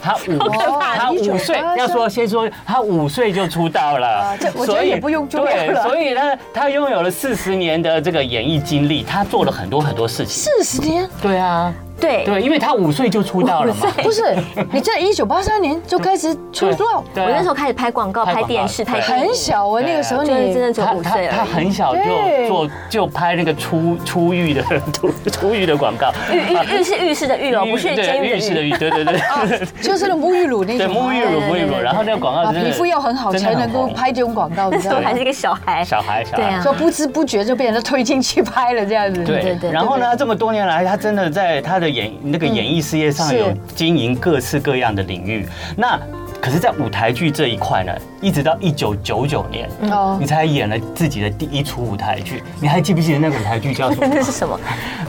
[SPEAKER 1] 他五
[SPEAKER 2] 怕
[SPEAKER 1] 他五岁，
[SPEAKER 2] 1983
[SPEAKER 1] 要说先说他五岁就出道了
[SPEAKER 2] 啊，这我觉得
[SPEAKER 1] 所以
[SPEAKER 2] 也不用重要
[SPEAKER 1] 对
[SPEAKER 2] 了
[SPEAKER 1] 所以呢，他拥有了四十年的这个演艺经历，他做了很多很多事情。
[SPEAKER 2] 四十年
[SPEAKER 1] 对啊，
[SPEAKER 3] 对
[SPEAKER 1] 对，因为他五岁就出道了嘛。
[SPEAKER 2] 不是你这一九八三年就开始出道，
[SPEAKER 1] 对
[SPEAKER 3] 我
[SPEAKER 1] 啊
[SPEAKER 3] 那时候开始拍广告、
[SPEAKER 1] 拍广
[SPEAKER 3] 拍
[SPEAKER 1] 告
[SPEAKER 3] 电视、
[SPEAKER 1] 对
[SPEAKER 3] 拍电影
[SPEAKER 2] 很，小啊，
[SPEAKER 1] 对
[SPEAKER 2] 那个时候
[SPEAKER 3] 就
[SPEAKER 2] 你
[SPEAKER 3] 是真的只有
[SPEAKER 1] 他
[SPEAKER 3] 五
[SPEAKER 1] 他
[SPEAKER 3] 岁
[SPEAKER 1] 他
[SPEAKER 3] 而已。
[SPEAKER 1] 很小就
[SPEAKER 2] 对
[SPEAKER 1] 做就拍那个出出狱的出出狱的广告，
[SPEAKER 3] 浴浴浴是浴室的浴哦，不是
[SPEAKER 1] 对
[SPEAKER 3] 监狱
[SPEAKER 1] 浴室
[SPEAKER 3] 的
[SPEAKER 1] 的
[SPEAKER 3] 浴。
[SPEAKER 1] 浴，对对对。
[SPEAKER 2] 就是那沐浴乳那
[SPEAKER 1] 对
[SPEAKER 2] 种
[SPEAKER 1] 沐
[SPEAKER 2] 啊
[SPEAKER 1] 浴乳，沐浴
[SPEAKER 3] 对对
[SPEAKER 1] 乳，
[SPEAKER 3] 对
[SPEAKER 1] 然后那个广告
[SPEAKER 2] 啊，
[SPEAKER 1] 真的
[SPEAKER 2] 皮肤要很好
[SPEAKER 1] 真的
[SPEAKER 2] 才能够
[SPEAKER 1] 红
[SPEAKER 2] 拍这种广告，你
[SPEAKER 3] 那
[SPEAKER 2] 知
[SPEAKER 3] 时候
[SPEAKER 2] 道
[SPEAKER 3] 我
[SPEAKER 2] 吗
[SPEAKER 3] 还？是一个小孩，
[SPEAKER 1] 小孩小
[SPEAKER 3] 对
[SPEAKER 1] 孩
[SPEAKER 3] 啊。
[SPEAKER 2] 说不知不觉就被人家推进去拍了这样子。
[SPEAKER 1] 对
[SPEAKER 3] 对对
[SPEAKER 1] 然后呢，这么多年来，他真的在他的演那个演艺事业上
[SPEAKER 3] 嗯
[SPEAKER 2] 是
[SPEAKER 1] 有经营各式各样的领域。那可是，在舞台剧这一块呢，一直到一九九九年，
[SPEAKER 3] 嗯
[SPEAKER 2] 哦
[SPEAKER 1] 你，才演了自己的第一出舞台剧。你还记不记得那个舞台剧 叫什么
[SPEAKER 3] 那？是什么？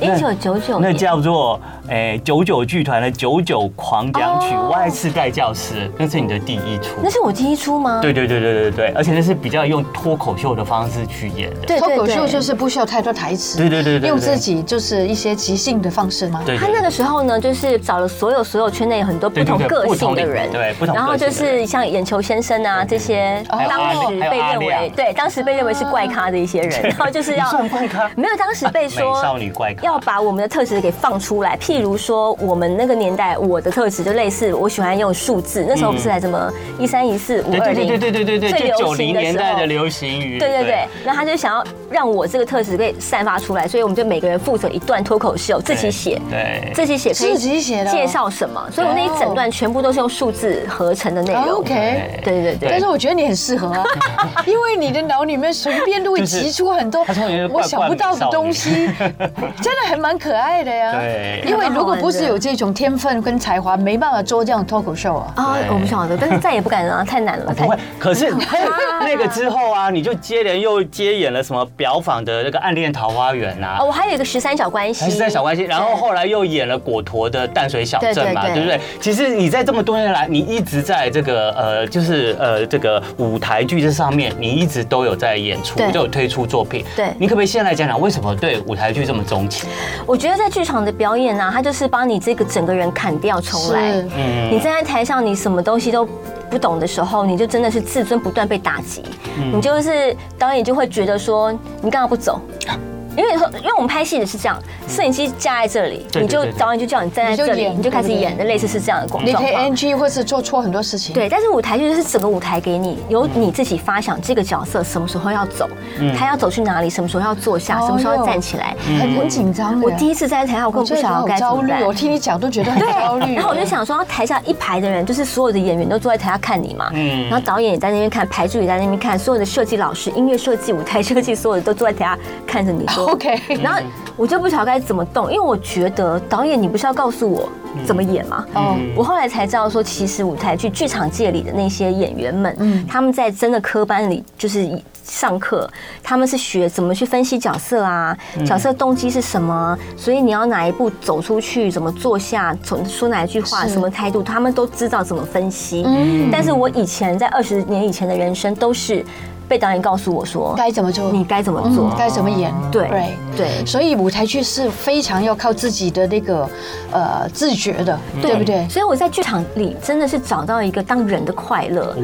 [SPEAKER 3] 一
[SPEAKER 1] 那
[SPEAKER 3] 九九九
[SPEAKER 1] 那
[SPEAKER 3] 年，
[SPEAKER 1] 叫做诶九九剧团的《九九狂讲曲》
[SPEAKER 3] 哦
[SPEAKER 1] Y 世代教师，那是你的第一出。
[SPEAKER 3] 那是我第一出吗？
[SPEAKER 1] 对对对对对对，而且那是比较用脱口秀的方式去演的。
[SPEAKER 3] 对
[SPEAKER 2] 脱口秀
[SPEAKER 3] 对
[SPEAKER 2] 就是不需要太多台词，
[SPEAKER 1] 对对对对对
[SPEAKER 2] 用自己就是一些即兴的方式吗？
[SPEAKER 1] 对，对
[SPEAKER 3] 他那个时候呢，就是找了所有所有圈内很多不同
[SPEAKER 1] 对对对
[SPEAKER 3] 个性
[SPEAKER 1] 不
[SPEAKER 3] 的
[SPEAKER 1] 同领域
[SPEAKER 3] 人，
[SPEAKER 1] 对不同个性的人
[SPEAKER 3] 然后就是像眼球先生啊
[SPEAKER 1] 对对对
[SPEAKER 3] 这些，
[SPEAKER 1] 还有
[SPEAKER 3] 当
[SPEAKER 1] 阿
[SPEAKER 3] 时
[SPEAKER 1] 还
[SPEAKER 3] 被
[SPEAKER 1] 有阿
[SPEAKER 3] 认
[SPEAKER 1] 亮
[SPEAKER 3] 为对，当时被认为是怪咖的一些人，然后就是
[SPEAKER 1] 你
[SPEAKER 3] 要
[SPEAKER 1] 算怪咖
[SPEAKER 3] 没有，当时被说
[SPEAKER 1] 美少女怪咖
[SPEAKER 3] 要把我们的特质给放出来。譬如说，我们那个年代，我的特质就类似，我喜欢用数字，那时候不是还什么一三一四五
[SPEAKER 1] 对
[SPEAKER 3] 二
[SPEAKER 1] 对嗯
[SPEAKER 3] 零，
[SPEAKER 1] 对对对对对
[SPEAKER 3] 最
[SPEAKER 1] 对，就九
[SPEAKER 3] 流
[SPEAKER 1] 零
[SPEAKER 3] 行的
[SPEAKER 1] 年
[SPEAKER 3] 时
[SPEAKER 1] 代的
[SPEAKER 3] 候。
[SPEAKER 1] 流行语。
[SPEAKER 3] 对对对，那他就想要让我这个特质被散发出来，所以我们就每个人负责一段脱口秀，自己写，
[SPEAKER 1] 对，
[SPEAKER 3] 自己写可以
[SPEAKER 2] 自己写的哦
[SPEAKER 3] 介绍什么，所以我那一整段全部都是用数字合成的内容。
[SPEAKER 2] 啊哦 OK
[SPEAKER 3] 对对
[SPEAKER 1] 对
[SPEAKER 2] 但
[SPEAKER 3] 对
[SPEAKER 2] 是我觉得你很适合 啊，因为你的脑里面随便都会
[SPEAKER 1] 就是
[SPEAKER 2] 挤出很多
[SPEAKER 1] 他说有一个
[SPEAKER 2] 我
[SPEAKER 1] 怪
[SPEAKER 2] 想不到的 东西，真的还蛮可爱的呀。
[SPEAKER 1] 对
[SPEAKER 2] 因为如果不是有这种天分跟才华，没办法做这样脱口秀啊。
[SPEAKER 3] 啊，我不晓得，但是再也不 敢了，太难了，太
[SPEAKER 1] 啊不会，可是哎那个之后啊，你就接连又接演了什么表坊的那个《暗恋桃花源》啊
[SPEAKER 3] 哦，，我还有一个十三角关系，
[SPEAKER 1] 还是在小关系，然后后来又演了果陀的淡水小镇嘛，对
[SPEAKER 3] 对对对
[SPEAKER 1] 不对？其实你在这么多年来，你一直在这个呃，就是呃这个舞台剧这上面，你一直都有在演出，
[SPEAKER 3] 对
[SPEAKER 1] 都有推出作品。
[SPEAKER 3] 对
[SPEAKER 1] 你可不可以先来讲讲为什么对舞台剧这么钟情？
[SPEAKER 3] 我觉得在剧场的表演呢、啊，它就是帮你这个整个人砍掉重来。
[SPEAKER 2] 是
[SPEAKER 1] 嗯
[SPEAKER 3] 你站在台上，你什么东西都不懂的时候，你就真的是自尊不断被打击。
[SPEAKER 1] 嗯
[SPEAKER 3] 你就是导演就会觉得说，你干嘛不走？
[SPEAKER 1] 啊
[SPEAKER 3] 因为因为我们拍戏也是这样，摄影机架在这里，
[SPEAKER 1] 嗯对对
[SPEAKER 3] 你就
[SPEAKER 1] 对对
[SPEAKER 3] 导演就叫你站在这
[SPEAKER 2] 你就
[SPEAKER 3] 里，
[SPEAKER 2] 演
[SPEAKER 3] 你就开始
[SPEAKER 2] 对不对
[SPEAKER 3] 演的，类似是这样的状
[SPEAKER 2] 你可以
[SPEAKER 3] 况。
[SPEAKER 2] NG 或是做错很多事情。
[SPEAKER 3] 对，但是舞台剧就是整个舞台给你，由
[SPEAKER 1] 嗯
[SPEAKER 3] 你自己发想这个角色什么时候要走，他要走去哪里，什么时候要坐下，
[SPEAKER 2] 哦
[SPEAKER 3] 什么时候要
[SPEAKER 2] 哟
[SPEAKER 3] 站起来。
[SPEAKER 2] 很很紧张的。
[SPEAKER 3] 我第一次站在台上，我根
[SPEAKER 2] 我
[SPEAKER 3] 本
[SPEAKER 2] 觉
[SPEAKER 3] 不
[SPEAKER 2] 得
[SPEAKER 3] 晓
[SPEAKER 2] 好
[SPEAKER 3] 得该怎
[SPEAKER 2] 焦
[SPEAKER 3] 么
[SPEAKER 2] 虑
[SPEAKER 3] 办
[SPEAKER 2] 哦，我。听你讲都觉得很焦虑。
[SPEAKER 3] 然后我就，想说，台下一排的人，就是所有的演员都坐在台下看你嘛，
[SPEAKER 1] 嗯
[SPEAKER 3] 然后导演也在那边看，排助也在那边看，所有的设计老师、音乐设计、舞台设计，所有的都坐在台下看着你说
[SPEAKER 2] OK
[SPEAKER 3] 然后我就不晓得该怎么动，因为我觉得导演你不是要告诉我怎么演吗？
[SPEAKER 2] 哦，
[SPEAKER 3] 我后来才知道说，其实舞台剧剧场界里的那些演员们，
[SPEAKER 2] 嗯
[SPEAKER 3] 他们在真的科班里就是上课，他们是学怎么去分析角色啊，
[SPEAKER 2] 嗯
[SPEAKER 3] 角色动机是什么，所以你要哪一步走出去，怎么坐下，从说哪一句话，
[SPEAKER 2] 是嗯
[SPEAKER 3] 什么态度，他们都知道怎么分析。但是我以前在二十年以前的人生都是被导演告诉我说，
[SPEAKER 2] 该怎么做？
[SPEAKER 3] 你该怎么
[SPEAKER 2] 嗯
[SPEAKER 3] 做，
[SPEAKER 2] 该怎么演？
[SPEAKER 3] 对
[SPEAKER 2] 对。
[SPEAKER 3] 对。
[SPEAKER 2] 所以舞台剧是非常要靠自己的那个呃自觉的，对不对？
[SPEAKER 3] 所以我在剧场里真的是找到一个当人的快乐，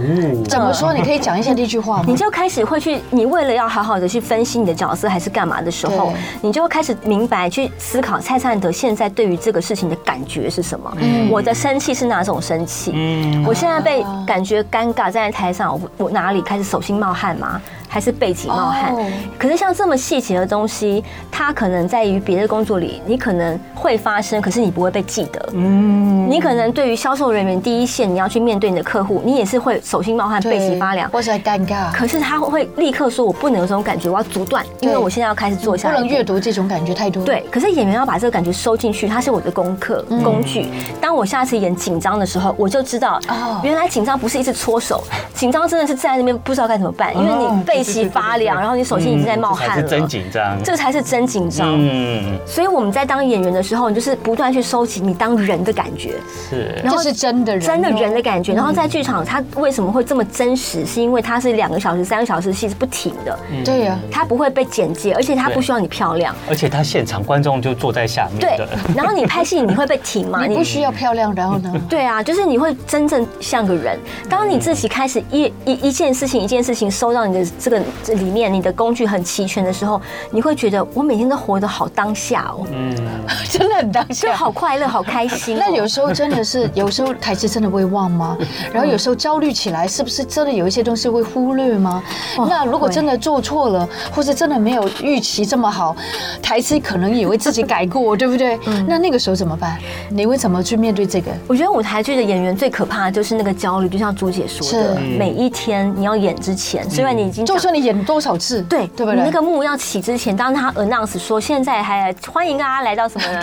[SPEAKER 2] 怎么说？你可以讲一下那句话
[SPEAKER 3] 你
[SPEAKER 2] 吗？
[SPEAKER 3] 就开始会去，你为了要好好的去分析你的角色还是干嘛的时候
[SPEAKER 2] 对，
[SPEAKER 3] 你就会开始明白去思考蔡灿德现在对于这个事情的感觉是什么。
[SPEAKER 2] 嗯
[SPEAKER 3] 我的生气是哪种生气？
[SPEAKER 1] 嗯
[SPEAKER 3] 我现在被感觉尴尬，站在台上，我我哪里开始手心冒汗吗？还是背脊冒汗
[SPEAKER 2] 哦？
[SPEAKER 3] 可是像这么细节的东西，它可能在于别的工作里，你可能会发生，可是你不会被记得。嗯，你可能对于销售人员第一线，你要去面对你的客户，你也是会手心冒汗、背脊发凉。
[SPEAKER 2] 或者尴尬，
[SPEAKER 3] 可是他会立刻说：“我不能有这种感觉，我要阻断，因为
[SPEAKER 2] 对
[SPEAKER 3] 我现在要开始做
[SPEAKER 2] 不
[SPEAKER 3] 下一
[SPEAKER 2] 能
[SPEAKER 3] 步
[SPEAKER 2] 阅读这种感觉太多。，
[SPEAKER 3] 对，可是演员要把这个感觉收进去，它是我的功课工具。当我下次演紧张的时候，我就知道
[SPEAKER 2] 哦，
[SPEAKER 3] 原来紧张不是一直搓手，紧张真的是站在那边不知道该怎么办，因就是
[SPEAKER 2] 哦
[SPEAKER 3] 你背脊发凉，然后你手心已经在冒
[SPEAKER 1] 这才
[SPEAKER 3] 汗
[SPEAKER 1] 嗯
[SPEAKER 3] 了，
[SPEAKER 1] 是真紧张。
[SPEAKER 3] 这才是真紧张。
[SPEAKER 1] 嗯，
[SPEAKER 3] 所以我们在当演员的时候，你就是不断去收集你当人的感觉，
[SPEAKER 1] 是
[SPEAKER 3] 然
[SPEAKER 2] 这
[SPEAKER 3] 后
[SPEAKER 2] 是真的人哦，
[SPEAKER 3] 真的人的感觉。然后在剧场，它为什么会这么真实？是因为它是两个小时、三个小时戏是不停的，
[SPEAKER 2] 对啊呀，
[SPEAKER 3] 它不会被剪接，而且它不需要你漂亮。
[SPEAKER 1] 而且他现场观众就坐在下面
[SPEAKER 3] 对
[SPEAKER 1] 的，，
[SPEAKER 3] 然后你拍戏你会被停嘛？
[SPEAKER 2] 你不需要漂亮，然后呢？
[SPEAKER 3] 对啊，就是你会真正像个人。当你自己开始一一一件事情一件事情收到你的这个这里面，你的工具很齐全的时候，你会觉得我每天都活得好当下哦，
[SPEAKER 1] 嗯，
[SPEAKER 2] 真的很当
[SPEAKER 3] 就
[SPEAKER 2] 下。
[SPEAKER 3] 好快乐，好开心哦。
[SPEAKER 2] 那有时候真的是，有时候台词真的会忘吗？然后有时候焦虑起来，是不是真的有一些东西会忽略吗？
[SPEAKER 3] 哇
[SPEAKER 2] 那如果
[SPEAKER 3] 会
[SPEAKER 2] 真的做错了，或者真的没有预期这么好，台词可能也会自己改过， 对不对？
[SPEAKER 3] 嗯
[SPEAKER 2] 那那个时候怎么办？你会怎么去面对这个？
[SPEAKER 3] 我觉得舞台剧的演员最可怕的就是那个焦虑，就像朱姐说的
[SPEAKER 2] 是，嗯
[SPEAKER 3] 每一天你要演之前，虽然你已经
[SPEAKER 2] 就
[SPEAKER 3] 长
[SPEAKER 2] 算你演多少次，
[SPEAKER 3] 对
[SPEAKER 2] 对不
[SPEAKER 3] 你
[SPEAKER 2] 对？
[SPEAKER 3] 那个幕要起之前，当他 announce 说现在还欢迎大家来到什 么呢？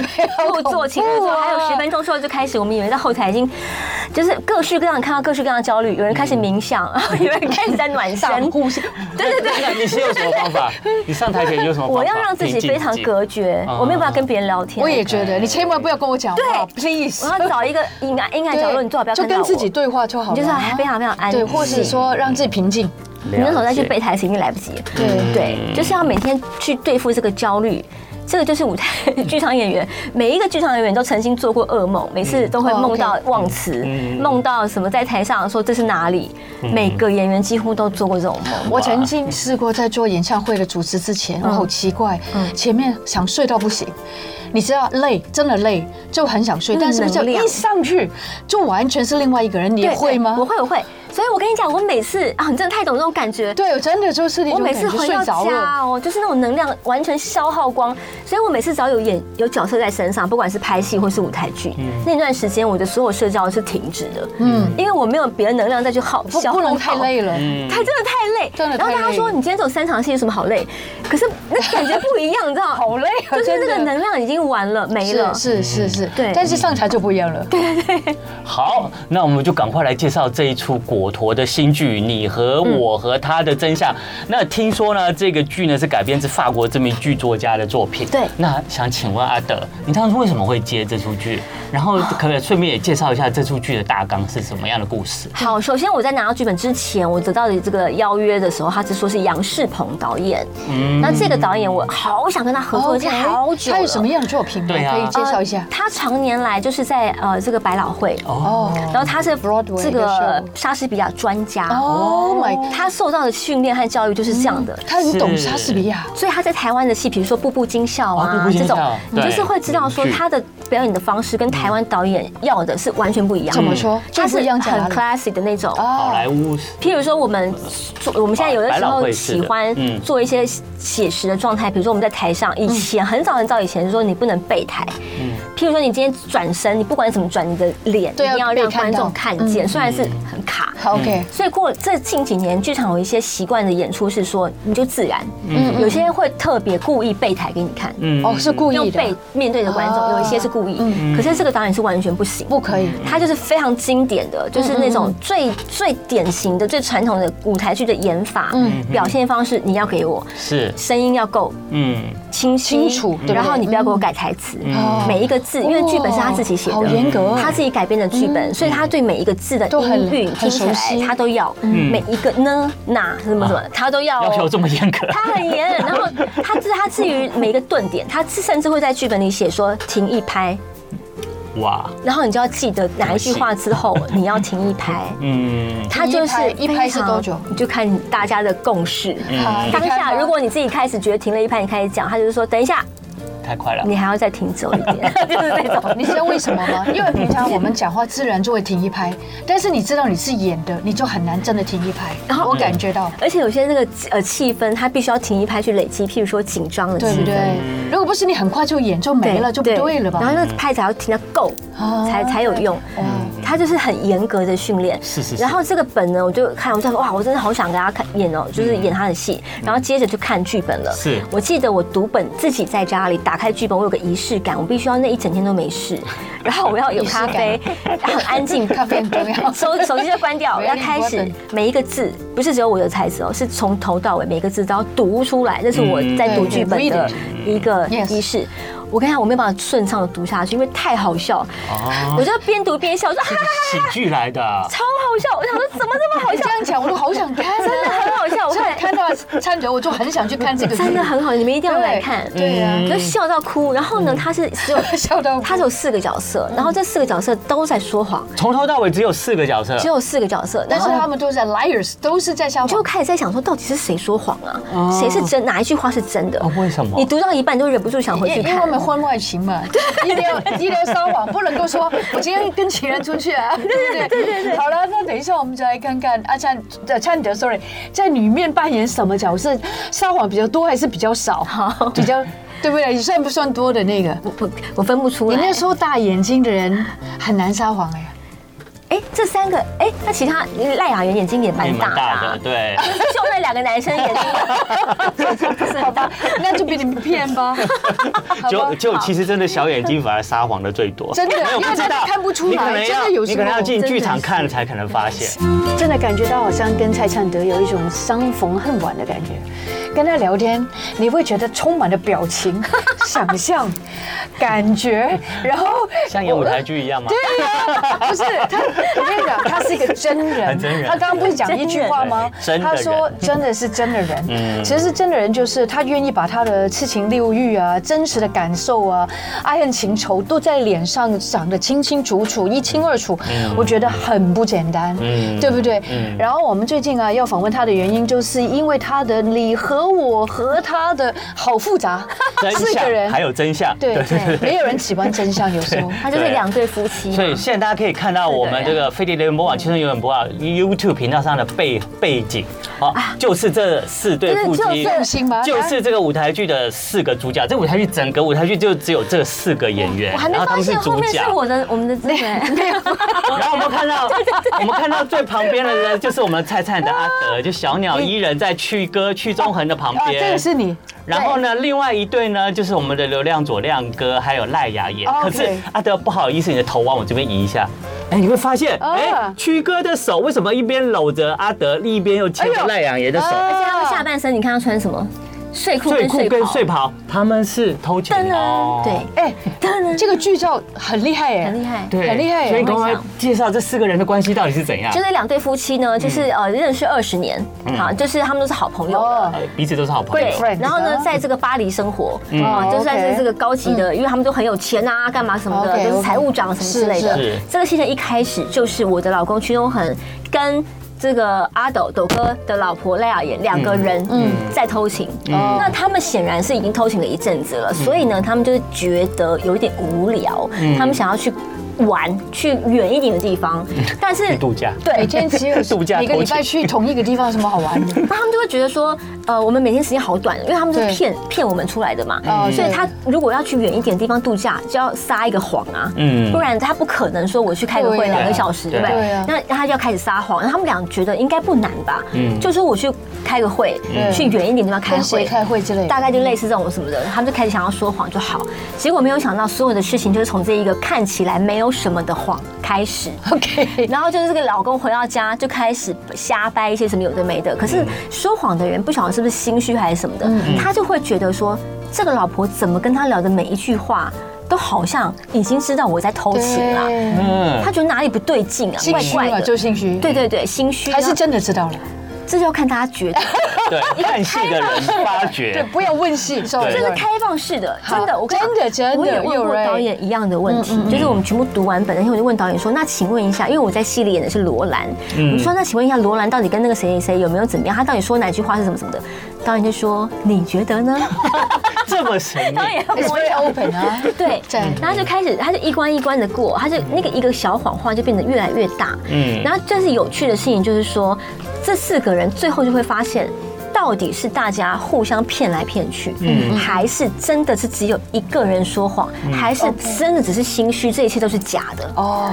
[SPEAKER 3] 入座请入座，还有十分钟之后就开始，我们以为在后台已经就是各式各样看到各式各样的焦虑，有人开始冥想，然
[SPEAKER 2] 嗯
[SPEAKER 3] 后有人开始在暖
[SPEAKER 2] 打
[SPEAKER 3] 身。
[SPEAKER 2] 呼吸，
[SPEAKER 3] 对对
[SPEAKER 1] 那
[SPEAKER 3] 对，
[SPEAKER 1] 你是有什么方法？ 你上台前有什么方法？
[SPEAKER 3] 我要让自己非常隔绝，我没有办法跟别人聊
[SPEAKER 2] 嗯
[SPEAKER 3] 天。
[SPEAKER 2] 我也觉得，你千万不要跟我讲话，please
[SPEAKER 3] 我。要找一个阴暗阴暗角落，你最好不要
[SPEAKER 2] 就
[SPEAKER 3] 看到
[SPEAKER 2] 跟
[SPEAKER 3] 我。
[SPEAKER 2] 自己对话就好
[SPEAKER 3] 你
[SPEAKER 2] 了，
[SPEAKER 3] 就是非常非常安静
[SPEAKER 2] 对，或是说让自己平静，
[SPEAKER 1] 你
[SPEAKER 3] 你那时候再去背台词已经来不及了。
[SPEAKER 2] 对
[SPEAKER 3] 对，就是要每天去对付这个焦虑。这个就是舞台 剧场演员，每一个剧场演员都曾经做过噩梦，每次都会
[SPEAKER 2] 哦
[SPEAKER 3] 梦到
[SPEAKER 2] OK
[SPEAKER 3] 忘词
[SPEAKER 1] 嗯，
[SPEAKER 3] 梦到什么在台上说这是哪里，
[SPEAKER 2] 嗯
[SPEAKER 3] 每个演员几乎都做过这种梦。
[SPEAKER 2] 我曾经试过在做演唱会的主持之前，
[SPEAKER 3] 嗯
[SPEAKER 2] 我好奇怪，前面想睡到不行，你知道累，真的累，就很想睡，
[SPEAKER 3] 嗯
[SPEAKER 2] 但是就
[SPEAKER 3] 能量
[SPEAKER 2] 一上去就完全是另外一个人，你
[SPEAKER 3] 对
[SPEAKER 2] 也会吗
[SPEAKER 3] 对我？会，我会。所以我跟你讲，我每次啊，你真的太懂这种感觉。
[SPEAKER 2] 对，我真的就是那
[SPEAKER 3] 我
[SPEAKER 2] 种
[SPEAKER 3] 每次
[SPEAKER 2] 感觉
[SPEAKER 3] 回
[SPEAKER 2] 睡
[SPEAKER 3] 到
[SPEAKER 2] 着了，
[SPEAKER 3] 家哦，就是那种能量完全消耗光，所以我每次只要有演有角色在身上，不管是拍戏或是舞台剧，
[SPEAKER 2] 嗯
[SPEAKER 3] 那段时间我的所有社交是停止的，嗯，因为我没有别的能量再去耗，
[SPEAKER 2] 不
[SPEAKER 3] 消耗
[SPEAKER 2] 不能太
[SPEAKER 3] 掉
[SPEAKER 2] 累了。嗯
[SPEAKER 3] 他真的太累，
[SPEAKER 2] 真的
[SPEAKER 3] 然后
[SPEAKER 2] 太
[SPEAKER 3] 大家
[SPEAKER 2] 累
[SPEAKER 3] 说
[SPEAKER 2] 了
[SPEAKER 3] 你今天走三场戏有什么好累？可是那感觉不一样，你知道 吗？
[SPEAKER 2] 好累啊
[SPEAKER 3] 就是
[SPEAKER 2] 真
[SPEAKER 3] 那个
[SPEAKER 2] 的
[SPEAKER 3] 能量已经完了，没了嗯
[SPEAKER 2] 是。是是是，
[SPEAKER 3] 对
[SPEAKER 2] 但是上台就不一样了。
[SPEAKER 1] 好，那我们就赶快来介绍这一出果陀的新剧《你和我和他的真相》。那听说呢，这个剧呢是改编自法国知名剧作家的作品。
[SPEAKER 3] 对
[SPEAKER 1] 那想请问阿德，你当初为什么会接这出剧？然后
[SPEAKER 3] 啊
[SPEAKER 1] 可不可以顺便也介绍一下这出剧的大纲是什么样的故事？
[SPEAKER 3] 好，首先我在拿到剧本之前，我得到的这个邀约的时候，他是说是杨世鹏导演。
[SPEAKER 1] 嗯
[SPEAKER 3] 那这个导演我好想跟他合作，已经
[SPEAKER 2] OK，
[SPEAKER 3] 好久了。
[SPEAKER 2] 他有什么样的作品吗？
[SPEAKER 1] 对啊
[SPEAKER 2] 可以介绍一
[SPEAKER 3] 呃
[SPEAKER 2] 下。
[SPEAKER 3] 他常年来就是在呃这个百老汇，
[SPEAKER 1] 哦，
[SPEAKER 2] 哦
[SPEAKER 3] 然后他是
[SPEAKER 2] Broadway
[SPEAKER 3] 这
[SPEAKER 2] 的
[SPEAKER 3] 个
[SPEAKER 2] show
[SPEAKER 3] 莎士比亚专家。哦
[SPEAKER 2] ，Oh my，God，
[SPEAKER 3] 他受到的训练和教育就是这样的，
[SPEAKER 2] 他很懂
[SPEAKER 1] 是
[SPEAKER 2] 莎士比亚。
[SPEAKER 3] 所以他在台湾的戏，比如说《步步惊笑》
[SPEAKER 1] 哦步
[SPEAKER 3] 啊
[SPEAKER 1] 步
[SPEAKER 3] 这
[SPEAKER 1] 惊笑
[SPEAKER 3] 种，你
[SPEAKER 1] 对
[SPEAKER 3] 就是会知道说
[SPEAKER 1] 嗯
[SPEAKER 3] 他的表演的方式跟台湾导演要的是完全不一样。
[SPEAKER 2] 怎么说
[SPEAKER 3] 嗯他是
[SPEAKER 2] 最不一样在哪
[SPEAKER 3] 很
[SPEAKER 2] 里
[SPEAKER 3] classy 的那种。
[SPEAKER 2] 啊
[SPEAKER 1] 好莱坞
[SPEAKER 3] 譬如说，我们做我们现在有的
[SPEAKER 1] 百
[SPEAKER 3] 时
[SPEAKER 1] 老
[SPEAKER 3] 候
[SPEAKER 1] 汇式的
[SPEAKER 3] 喜欢
[SPEAKER 1] 嗯
[SPEAKER 3] 做一些写实的状态，比如说我们在台上，以前很早很早以前说你不能背台，譬如说你今天转身，你不管怎么转，你的脸一
[SPEAKER 2] 对
[SPEAKER 3] 定
[SPEAKER 2] 要
[SPEAKER 3] 要
[SPEAKER 2] 被
[SPEAKER 3] 让
[SPEAKER 2] 看
[SPEAKER 3] 观众
[SPEAKER 2] 到嗯
[SPEAKER 3] 看见，虽然是很卡。
[SPEAKER 2] 好 OK，
[SPEAKER 3] 所以过了这近几年，剧场有一些习惯的演出是说，你就自然，
[SPEAKER 1] 嗯
[SPEAKER 3] 有些会特别故意背台给你看，
[SPEAKER 1] 嗯
[SPEAKER 2] 哦，是故
[SPEAKER 3] 用
[SPEAKER 2] 意
[SPEAKER 3] 背
[SPEAKER 2] 的，嗯
[SPEAKER 3] 面对着观众，
[SPEAKER 2] 哦
[SPEAKER 3] 有一些是故意，可是这个导演是完全不行。
[SPEAKER 2] 不可以。
[SPEAKER 3] 他就是非常经典
[SPEAKER 2] 嗯
[SPEAKER 3] 的，就是那种最最典型的、最传统的舞台剧的演法、
[SPEAKER 2] 嗯
[SPEAKER 3] 表现方式。你要给我
[SPEAKER 1] 是
[SPEAKER 3] 声音要够
[SPEAKER 1] 嗯
[SPEAKER 3] 清晰
[SPEAKER 2] 清
[SPEAKER 3] 嗯
[SPEAKER 2] 楚对不对哦
[SPEAKER 3] 然后你不要给我改台词，
[SPEAKER 1] 嗯
[SPEAKER 3] 每一个字，因为剧本是他自己写的，
[SPEAKER 2] 哦好严格哦
[SPEAKER 3] 他自己改编的剧本，所以他对每一个字的
[SPEAKER 2] 都很
[SPEAKER 3] 音韵听
[SPEAKER 2] 很
[SPEAKER 3] 起
[SPEAKER 2] 熟悉嗯
[SPEAKER 3] 来他都要，每一个呢、那什么什么
[SPEAKER 1] 啊，
[SPEAKER 3] 他都要哦。
[SPEAKER 1] 要求这么严格。
[SPEAKER 3] 他很严，然后他至他至于每一个顿点，他甚至会在剧本里写说停一拍，
[SPEAKER 1] 哇，
[SPEAKER 3] 然后你就要记得哪一句话之后你要停一拍。
[SPEAKER 1] 嗯，
[SPEAKER 3] 他就是
[SPEAKER 2] 一拍一拍是多久
[SPEAKER 3] 非常你就看大家的共识。
[SPEAKER 2] 好
[SPEAKER 3] 嗯当
[SPEAKER 2] 嗯你看啊
[SPEAKER 3] 下
[SPEAKER 2] 吧
[SPEAKER 3] 如果你自己开始觉得停了一拍，你开始讲，他就是说等一下，
[SPEAKER 1] 太快了。
[SPEAKER 3] 你还要再停久一点， 就是这种。
[SPEAKER 2] 你知道为什么吗？因为平常我们讲话自然就会停一拍，但是你知道你是演的，你就很难真的停一拍。
[SPEAKER 3] 哦
[SPEAKER 2] 我感觉到，
[SPEAKER 3] 而且有些那个呃气氛，他必须要停一拍去累积，譬如说紧张的
[SPEAKER 2] 对不
[SPEAKER 3] 气氛。
[SPEAKER 2] 对？如果不是你很快就演就没了，就不对了
[SPEAKER 3] 然后
[SPEAKER 2] 吧？
[SPEAKER 3] 那个拍子还要停到够
[SPEAKER 2] 啊
[SPEAKER 3] 才才有用。
[SPEAKER 2] 哦
[SPEAKER 3] 嗯他就是很严格的训练。
[SPEAKER 1] 是是是
[SPEAKER 3] 然后这个本呢，我就看，我就想哇，我真的好想给他看演哦，就是演他的戏。然后接着就看剧本了。
[SPEAKER 1] 嗯是
[SPEAKER 3] 我记得我读本自己在家里打开剧本，我有个仪式感，我必须要那一整天都没事，然后我要有咖啡，很 安静，
[SPEAKER 2] 咖啡很重要。
[SPEAKER 3] 手手机就关掉，
[SPEAKER 2] 没
[SPEAKER 3] 要
[SPEAKER 2] 有
[SPEAKER 3] 开始每一个字，不是只有我有才子哦，是从头到尾每个字都要读出来，那是我
[SPEAKER 2] 嗯
[SPEAKER 3] 在读剧本的一个
[SPEAKER 2] Yes
[SPEAKER 3] 仪式。我跟你讲，我没有办法顺畅的读下去，因为太好笑，
[SPEAKER 2] 啊
[SPEAKER 1] 哦
[SPEAKER 3] 我就边读边笑，我说哈哈
[SPEAKER 1] 喜剧来的啊，
[SPEAKER 3] 超好笑，我想说怎么这么好
[SPEAKER 2] 你
[SPEAKER 3] 笑
[SPEAKER 2] 这，样讲，我都好想看啊，真
[SPEAKER 3] 真的很好笑，我看
[SPEAKER 2] 看到参酒，我就很想去看这个剧，
[SPEAKER 3] 真的很好，你们一定要来
[SPEAKER 2] 对
[SPEAKER 3] 看，
[SPEAKER 2] 对啊嗯呀、
[SPEAKER 3] 就笑到哭。然后呢，他是 只有
[SPEAKER 2] 笑到哭
[SPEAKER 3] 他是有四个角色，然后这四个角色都在说谎，
[SPEAKER 1] 从头到尾只有四个角色
[SPEAKER 3] 只。有四个角色，
[SPEAKER 2] 但是
[SPEAKER 3] 然后
[SPEAKER 2] 他们都在 liars，都是在笑
[SPEAKER 3] 哦就
[SPEAKER 2] 话。
[SPEAKER 3] 开始在想说，到底是谁说谎啊？谁是真？哪一句话是真的
[SPEAKER 1] 哦？为什么
[SPEAKER 3] 你读到一半就忍不住想回
[SPEAKER 2] 因
[SPEAKER 3] 去
[SPEAKER 2] 因为
[SPEAKER 3] 看
[SPEAKER 2] 我。们婚外情嘛，一定要一定要撒谎，不能够说我今天跟情人出去啊，对不对？对对对。好了，那等一下我们就来看看阿灿呃灿德，sorry，在里面扮演什么角色？撒谎比较多还是比较少？
[SPEAKER 3] 好
[SPEAKER 2] 比较对不对？算不算多的那个？
[SPEAKER 3] 我我我分不出
[SPEAKER 2] 你
[SPEAKER 3] 来
[SPEAKER 2] 那。时候大眼睛的人很难撒谎哎，
[SPEAKER 3] 哎，这三个哎，那其他赖雅媛眼睛也蛮
[SPEAKER 1] 你
[SPEAKER 3] 大
[SPEAKER 1] 嗯蛮
[SPEAKER 3] 的
[SPEAKER 1] 大的，
[SPEAKER 3] 啊。
[SPEAKER 1] 对，
[SPEAKER 3] 就 那两个男生眼睛，眼睛 不是很大。
[SPEAKER 2] 那就被你们骗吧。好吧
[SPEAKER 1] 就就其实真的小眼睛反而撒谎的最多，
[SPEAKER 2] 真的
[SPEAKER 1] 没有
[SPEAKER 2] 因为
[SPEAKER 1] 不知
[SPEAKER 2] 大
[SPEAKER 1] 道
[SPEAKER 2] 家看不出来
[SPEAKER 1] 你可能
[SPEAKER 2] 真
[SPEAKER 1] 要
[SPEAKER 2] 的有时
[SPEAKER 1] 你可能
[SPEAKER 2] 候
[SPEAKER 1] 要进
[SPEAKER 3] 真的
[SPEAKER 1] 剧场
[SPEAKER 3] 是
[SPEAKER 1] 看才可能发现。
[SPEAKER 2] 真的感觉到好像跟蔡灿德有一种相逢恨晚的感觉。跟他聊天，你会觉得充满了表情、 想象、感觉，然后
[SPEAKER 1] 像演舞台剧一样吗？
[SPEAKER 2] 对啊呀、不是他，我跟你讲，他是一个真人。
[SPEAKER 1] 很真人
[SPEAKER 2] 他刚刚不是讲一句话吗？
[SPEAKER 1] 真人嗯
[SPEAKER 2] 他说真的是真的人。其实真的人就是他愿意把他的七情六欲啊、真实的感受啊、爱恨情仇都在脸上讲得清清楚楚、一清二楚。我觉得很不简单，
[SPEAKER 1] 嗯
[SPEAKER 2] 对不对
[SPEAKER 1] 嗯？
[SPEAKER 2] 然后我们最近啊要访问他的原因，就是因为他的你和我和他的好复杂，
[SPEAKER 1] 真
[SPEAKER 2] 四个人
[SPEAKER 1] 相还。有真相，
[SPEAKER 2] 对对，没有人喜欢真相，有 时候。
[SPEAKER 3] 他就是两对夫妻嘛
[SPEAKER 1] 所以现在大家可以看到我们这个飞碟联播网、青春永远播网 YouTube 频道上的背背景，哦，就是这四对夫
[SPEAKER 3] 就是
[SPEAKER 1] 妻，
[SPEAKER 2] 用心吧
[SPEAKER 1] 就是这个舞台剧的四个主角。这舞台剧整个舞台剧就只有这四个演员
[SPEAKER 3] 我还，没
[SPEAKER 1] 然后他
[SPEAKER 3] 发
[SPEAKER 1] 们是
[SPEAKER 3] 现后
[SPEAKER 1] 主
[SPEAKER 3] 面
[SPEAKER 1] 角
[SPEAKER 3] 是。我的我们的资源， 没有
[SPEAKER 1] 然后我们看到，我们看到最旁边的人就是我们菜菜的阿德，就小鸟依人在去歌去中恒的旁
[SPEAKER 2] 啊，
[SPEAKER 1] 边。
[SPEAKER 2] 这个是你。
[SPEAKER 1] 然后呢，另外一对呢，就是我们的流量佐亮哥，还有赖雅
[SPEAKER 3] 哦
[SPEAKER 1] 妍。
[SPEAKER 2] OK
[SPEAKER 1] 可是阿德不好意思，你的头往我这边移一下。哎，你会发现，
[SPEAKER 3] 哦
[SPEAKER 2] 啊
[SPEAKER 1] 哎，曲哥的手为什么一边搂着阿德，另一边又牵
[SPEAKER 2] 哎
[SPEAKER 1] 着
[SPEAKER 2] 呦
[SPEAKER 1] 赖雅妍的手？
[SPEAKER 2] 啊
[SPEAKER 3] 而且他们下半身，你看他穿什么？睡哦裤
[SPEAKER 1] 睡
[SPEAKER 3] 跟
[SPEAKER 1] 裤
[SPEAKER 3] 睡
[SPEAKER 1] 跟
[SPEAKER 3] 袍
[SPEAKER 1] 睡。袍，他们是偷
[SPEAKER 3] 真
[SPEAKER 1] 情
[SPEAKER 3] 的啊
[SPEAKER 1] 哦。，
[SPEAKER 3] 对，
[SPEAKER 2] 哎，这个剧照很厉害哎，
[SPEAKER 3] 很厉害。
[SPEAKER 1] 对，
[SPEAKER 2] 很厉害耶
[SPEAKER 1] 所以你赶
[SPEAKER 3] 我
[SPEAKER 1] 快
[SPEAKER 3] 想
[SPEAKER 1] 介绍这四个人的关系到底是怎样
[SPEAKER 3] 就？是两对夫妻呢，就是
[SPEAKER 1] 嗯
[SPEAKER 3] 呃认识二十年，好，就是他们都是好朋友了。
[SPEAKER 2] 哦
[SPEAKER 1] 哎彼此都是好朋友
[SPEAKER 3] 对。
[SPEAKER 2] friend
[SPEAKER 3] 然后呢
[SPEAKER 2] 的，
[SPEAKER 3] 在这个巴黎生活，
[SPEAKER 2] 哦
[SPEAKER 1] 嗯
[SPEAKER 3] 啊，就算
[SPEAKER 2] OK 嗯
[SPEAKER 3] 是这个高级的，因为他们都很有钱啊，干嘛什么的，
[SPEAKER 2] OK，OK
[SPEAKER 3] 就是财务长什么之类的
[SPEAKER 1] 是是。
[SPEAKER 3] 这个戏呢，一开始就是我的老公屈中恒跟。这个阿斗斗哥的老婆赖雅妍两个
[SPEAKER 1] 嗯
[SPEAKER 3] 人在偷情，
[SPEAKER 2] 嗯
[SPEAKER 3] 那他们显然是已经偷情了一阵子
[SPEAKER 1] 嗯
[SPEAKER 3] 了，所以呢，他们就是觉得有一点无聊，他们想要去玩，去远一点的地方，但是
[SPEAKER 1] 嗯去度假
[SPEAKER 3] 对，
[SPEAKER 2] 每天只有
[SPEAKER 1] 度假
[SPEAKER 2] 每个礼拜
[SPEAKER 1] 偷
[SPEAKER 2] 去同一个地方，有什么好玩的？
[SPEAKER 3] 那他们就会觉得说，呃，我们每天时间好短，因为他们是
[SPEAKER 2] 对
[SPEAKER 3] 骗骗我们出来的嘛
[SPEAKER 2] 哦，
[SPEAKER 3] 所以
[SPEAKER 2] 对
[SPEAKER 3] 他如果要去远一点的地方度假，就要撒一个谎啊，
[SPEAKER 1] 嗯
[SPEAKER 3] 不然他不可能说我去开个
[SPEAKER 2] 对
[SPEAKER 3] 会
[SPEAKER 2] 啊
[SPEAKER 3] 两个小时，对不
[SPEAKER 2] 对
[SPEAKER 3] 对
[SPEAKER 2] 啊？
[SPEAKER 3] 那那他就要开始撒谎，然后他们俩觉得应该不难吧，
[SPEAKER 1] 嗯
[SPEAKER 3] 就说我去开个会
[SPEAKER 2] 嗯，
[SPEAKER 3] 去远一点地方开
[SPEAKER 2] 跟谁
[SPEAKER 3] 会，
[SPEAKER 2] 开会之类的？
[SPEAKER 3] 大概就类似这种什么的，他们就开始想要说谎就好，结果没有想到所有的事情就是从这一个看起来没有什么的谎开始。
[SPEAKER 2] 啊 OK。
[SPEAKER 3] 然后就是这个老公回到家就开始瞎掰一些什么有的没的，可是说谎的人不晓得是不是心虚还是什么的，他就会觉得说这个老婆怎么跟他聊的每一句话都好像已经知道我在偷情了，
[SPEAKER 2] 对，
[SPEAKER 1] 嗯
[SPEAKER 3] 他，觉得哪里不对劲啊，
[SPEAKER 2] 心
[SPEAKER 3] 怪
[SPEAKER 2] 虚嘛，
[SPEAKER 3] 怪
[SPEAKER 2] 就
[SPEAKER 3] 的。
[SPEAKER 2] 心虚。
[SPEAKER 3] 对，对对，心虚，
[SPEAKER 2] 还
[SPEAKER 3] 还
[SPEAKER 2] 是
[SPEAKER 3] 是
[SPEAKER 2] 真的知道了。
[SPEAKER 3] 这就要看大家觉得，
[SPEAKER 1] 对，看戏的人发 觉。
[SPEAKER 2] 对，不要问戏，sorry，
[SPEAKER 1] 对
[SPEAKER 3] 这是
[SPEAKER 2] sorry
[SPEAKER 3] 开放式的，
[SPEAKER 2] 好
[SPEAKER 3] 真的，我跟
[SPEAKER 2] 真的真的嗯
[SPEAKER 3] 我也问
[SPEAKER 2] 有
[SPEAKER 3] 过
[SPEAKER 2] 人
[SPEAKER 3] 导演一样的问题，就是我们全部读完本，然后我就问导演说：“那请问一下，因为我在戏里演的是罗兰，
[SPEAKER 2] 嗯
[SPEAKER 3] 我说那请问一下罗兰到底跟那个谁谁谁有没有怎么样？他到底说哪句话是什么什么的？”导演就说：“你觉 得呢
[SPEAKER 1] 这么神？”秘
[SPEAKER 3] 导，演要
[SPEAKER 2] ，It's
[SPEAKER 3] 摸一
[SPEAKER 2] very
[SPEAKER 3] 下
[SPEAKER 2] open 啊。
[SPEAKER 3] 对
[SPEAKER 2] 对，
[SPEAKER 3] 然后就开始，他就一关一关的过，他就那个一个小谎话就变得越来越大。
[SPEAKER 1] 嗯
[SPEAKER 3] 然后但是有趣的事情就是说，这四个人最后就会发现，到到底是大家互相骗来骗去，嗯，还是真的是只有一个人说谎，
[SPEAKER 1] 嗯
[SPEAKER 3] 还是真的只是心虚，这一切都是假的？
[SPEAKER 2] 哦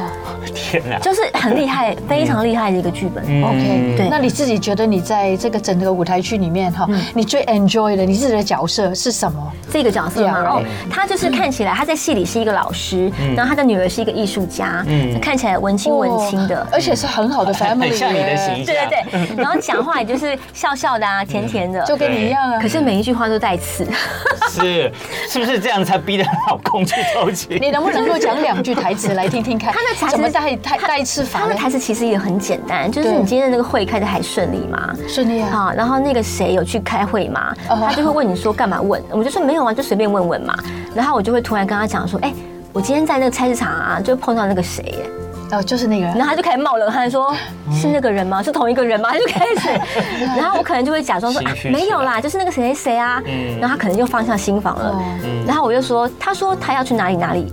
[SPEAKER 1] 天啊哪！
[SPEAKER 3] 就是很厉害，非常厉害的一个剧本。
[SPEAKER 1] 嗯
[SPEAKER 2] ，OK，
[SPEAKER 3] 对嗯
[SPEAKER 2] 那你自己觉得你在这个整个舞台剧里面哈，你最 enjoy 的你自己的角色是什么？
[SPEAKER 3] 这个角色嘛，
[SPEAKER 2] Yeah,
[SPEAKER 3] 哦
[SPEAKER 2] right.，
[SPEAKER 1] 嗯
[SPEAKER 3] 他就是看起来他在戏里是一个老师，然后他的女儿是一个艺术家，
[SPEAKER 1] 嗯
[SPEAKER 3] 看起来文青文青的
[SPEAKER 2] 哦。而且是很好的 family，
[SPEAKER 1] 很哎像你的形
[SPEAKER 2] 耶
[SPEAKER 1] 象
[SPEAKER 3] 对对对，然后讲话也就是笑笑的 啊，甜甜的。嗯
[SPEAKER 2] 就跟你一样啊
[SPEAKER 3] 可。是每一句话都带刺，
[SPEAKER 1] 是是不是这样才逼得老公去偷 情？
[SPEAKER 2] 你能不能够讲两句台词来听听看？
[SPEAKER 3] 他的台词
[SPEAKER 2] 怎么带带带吃法
[SPEAKER 3] 他的
[SPEAKER 2] 呢？
[SPEAKER 3] 台词其实也很简单，就是
[SPEAKER 2] 对
[SPEAKER 3] 你今天的那个会开的还顺利吗？
[SPEAKER 2] 顺利啊，
[SPEAKER 3] 啊，然后那个谁有去开会吗？
[SPEAKER 2] 哦
[SPEAKER 3] 他就会问你说干嘛问？我就说没有啊，就随便问问嘛。然后我就会突然跟他讲说，哎，我今天在那个菜市场啊，就碰到那个谁耶。
[SPEAKER 2] 哦，就是那个人。
[SPEAKER 3] 然后他就开始冒冷汗说，是那个人吗？是同一个人吗？他就开始，然后我可能就会假装说、
[SPEAKER 1] 心
[SPEAKER 3] 啊
[SPEAKER 1] 虚起来
[SPEAKER 3] 没有啦，就是那个谁谁谁啊。
[SPEAKER 1] 嗯
[SPEAKER 3] 然后他可能就放下心房了
[SPEAKER 2] 哦。
[SPEAKER 3] 然后我就说，他说他要去哪里哪里。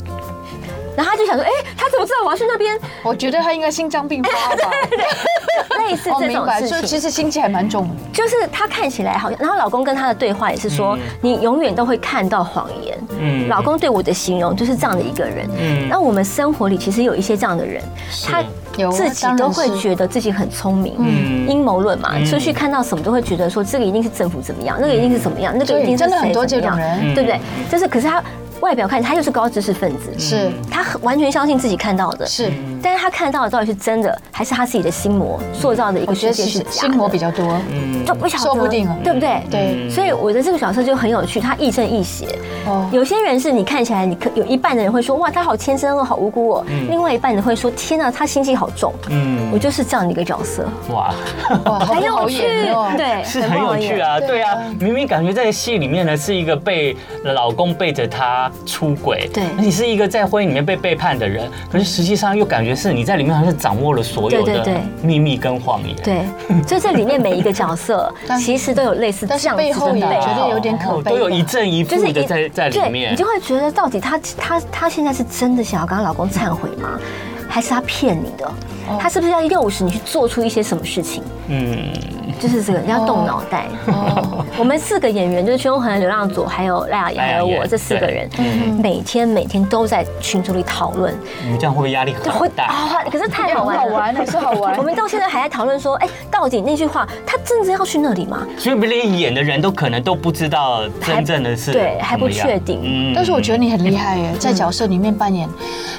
[SPEAKER 3] 然后他就想说，哎，他怎么知道我要去那边？
[SPEAKER 2] 我觉得他应该心脏病发吧。
[SPEAKER 3] 类似
[SPEAKER 2] 哦，
[SPEAKER 3] 这
[SPEAKER 2] 明
[SPEAKER 3] 种
[SPEAKER 2] 白。所
[SPEAKER 3] 事
[SPEAKER 2] 以
[SPEAKER 3] 情。
[SPEAKER 2] 其实心机还蛮重的。
[SPEAKER 3] 就是他看起来好像，然后老公跟他的对话也是说，
[SPEAKER 1] 嗯
[SPEAKER 3] 你永远都会看到谎言。
[SPEAKER 1] 嗯
[SPEAKER 3] 老公对哦我的形容就是这样的一个人。
[SPEAKER 1] 嗯
[SPEAKER 3] 那我们生活里其实有一些这样的人，他
[SPEAKER 2] 有啊
[SPEAKER 3] 自己都会觉得自己很聪明，
[SPEAKER 1] 嗯
[SPEAKER 3] 阴谋论嘛，出去看到什么都会觉得说这个一定是政府怎么样，那个一定是怎么样，那个一定是
[SPEAKER 2] 真的
[SPEAKER 3] 谁
[SPEAKER 2] 很多
[SPEAKER 3] 怎么
[SPEAKER 2] 这种
[SPEAKER 3] 样
[SPEAKER 2] 人
[SPEAKER 1] 嗯
[SPEAKER 3] 对不对？就是可是他外表看起来他又是高知识分子，
[SPEAKER 1] 嗯
[SPEAKER 2] 是
[SPEAKER 3] 他很完全相信自己看到的，
[SPEAKER 2] 是，
[SPEAKER 3] 但是他看到的到底是真的，还是他自己的心魔塑造的一
[SPEAKER 2] 我
[SPEAKER 3] 个
[SPEAKER 2] 觉
[SPEAKER 3] 世
[SPEAKER 2] 得
[SPEAKER 3] 界是
[SPEAKER 2] 是
[SPEAKER 3] 假的？
[SPEAKER 2] 心魔比较多。
[SPEAKER 1] 嗯
[SPEAKER 3] 就不晓得，
[SPEAKER 2] 说不定哦
[SPEAKER 3] 对不对？
[SPEAKER 2] 对，
[SPEAKER 3] 所以我的这个角色就很有趣，他亦正亦邪。
[SPEAKER 2] 哦，
[SPEAKER 3] 有些人是你看起来，你可有一半的人会说哇，他好天真哦，好无辜哦；另外一半人会说天啊，他心机好重。我
[SPEAKER 1] 嗯
[SPEAKER 3] 就是这样的一个角色，
[SPEAKER 1] 哇，
[SPEAKER 2] 哇，好
[SPEAKER 3] 很
[SPEAKER 2] 不好
[SPEAKER 3] 有趣
[SPEAKER 2] 演哦，。
[SPEAKER 3] 对，
[SPEAKER 1] 是
[SPEAKER 3] 不
[SPEAKER 1] 很
[SPEAKER 3] 好
[SPEAKER 1] 有
[SPEAKER 3] 演
[SPEAKER 1] 趣。啊，
[SPEAKER 2] 对
[SPEAKER 1] 对
[SPEAKER 2] 啊
[SPEAKER 1] 啊，明明感觉在戏里面呢是一个被老公背着她出轨，
[SPEAKER 3] 对
[SPEAKER 1] 你是一个在婚姻里面被背叛的人，可是实际上又感觉是你在里面好像掌握了所有
[SPEAKER 3] 对对
[SPEAKER 1] 的
[SPEAKER 3] 对
[SPEAKER 1] 秘密跟谎言，
[SPEAKER 3] 对，所以这里面每一个角色
[SPEAKER 2] 但
[SPEAKER 3] 其实都有类似这
[SPEAKER 2] 但是
[SPEAKER 3] 样子
[SPEAKER 2] 背后
[SPEAKER 3] 的
[SPEAKER 2] 也
[SPEAKER 3] 背
[SPEAKER 2] 觉得
[SPEAKER 3] 后
[SPEAKER 2] 有点可
[SPEAKER 1] 哦
[SPEAKER 2] 悲吧。
[SPEAKER 1] 都有一正一
[SPEAKER 3] 就是
[SPEAKER 1] 负
[SPEAKER 3] 一
[SPEAKER 1] 的在在里
[SPEAKER 3] 对
[SPEAKER 1] 面
[SPEAKER 3] 你就，会觉得到底她她她现在是真的想要跟她老公忏悔吗？还是她骗你的？
[SPEAKER 2] 哦
[SPEAKER 3] 她是不是要诱使你去做出一些什么事情？
[SPEAKER 1] 嗯，
[SPEAKER 3] 就是这个要动脑袋。
[SPEAKER 2] 哦
[SPEAKER 3] 我们四个演员就是邱永恒、刘浪祖、还有赖雅妍、
[SPEAKER 1] 赖雅
[SPEAKER 3] 还有
[SPEAKER 1] 妍
[SPEAKER 3] 我这四个人
[SPEAKER 1] 对，
[SPEAKER 3] 每天每天都在群组里讨论，
[SPEAKER 1] 你们这样会不会压力很
[SPEAKER 3] 会
[SPEAKER 1] 大？
[SPEAKER 3] 啊，可是太好玩了，
[SPEAKER 2] 好玩还是好玩
[SPEAKER 3] 我们到现在还在讨论说，哎，到底那句话他真的要去那里吗？
[SPEAKER 1] 所以连演的人都可能都不知道真正的是
[SPEAKER 3] 还对还不
[SPEAKER 1] 怎么样
[SPEAKER 3] 确定
[SPEAKER 1] 嗯
[SPEAKER 2] 但是我觉得你很厉害
[SPEAKER 3] 嗯
[SPEAKER 2] 耶，在角色里面扮演，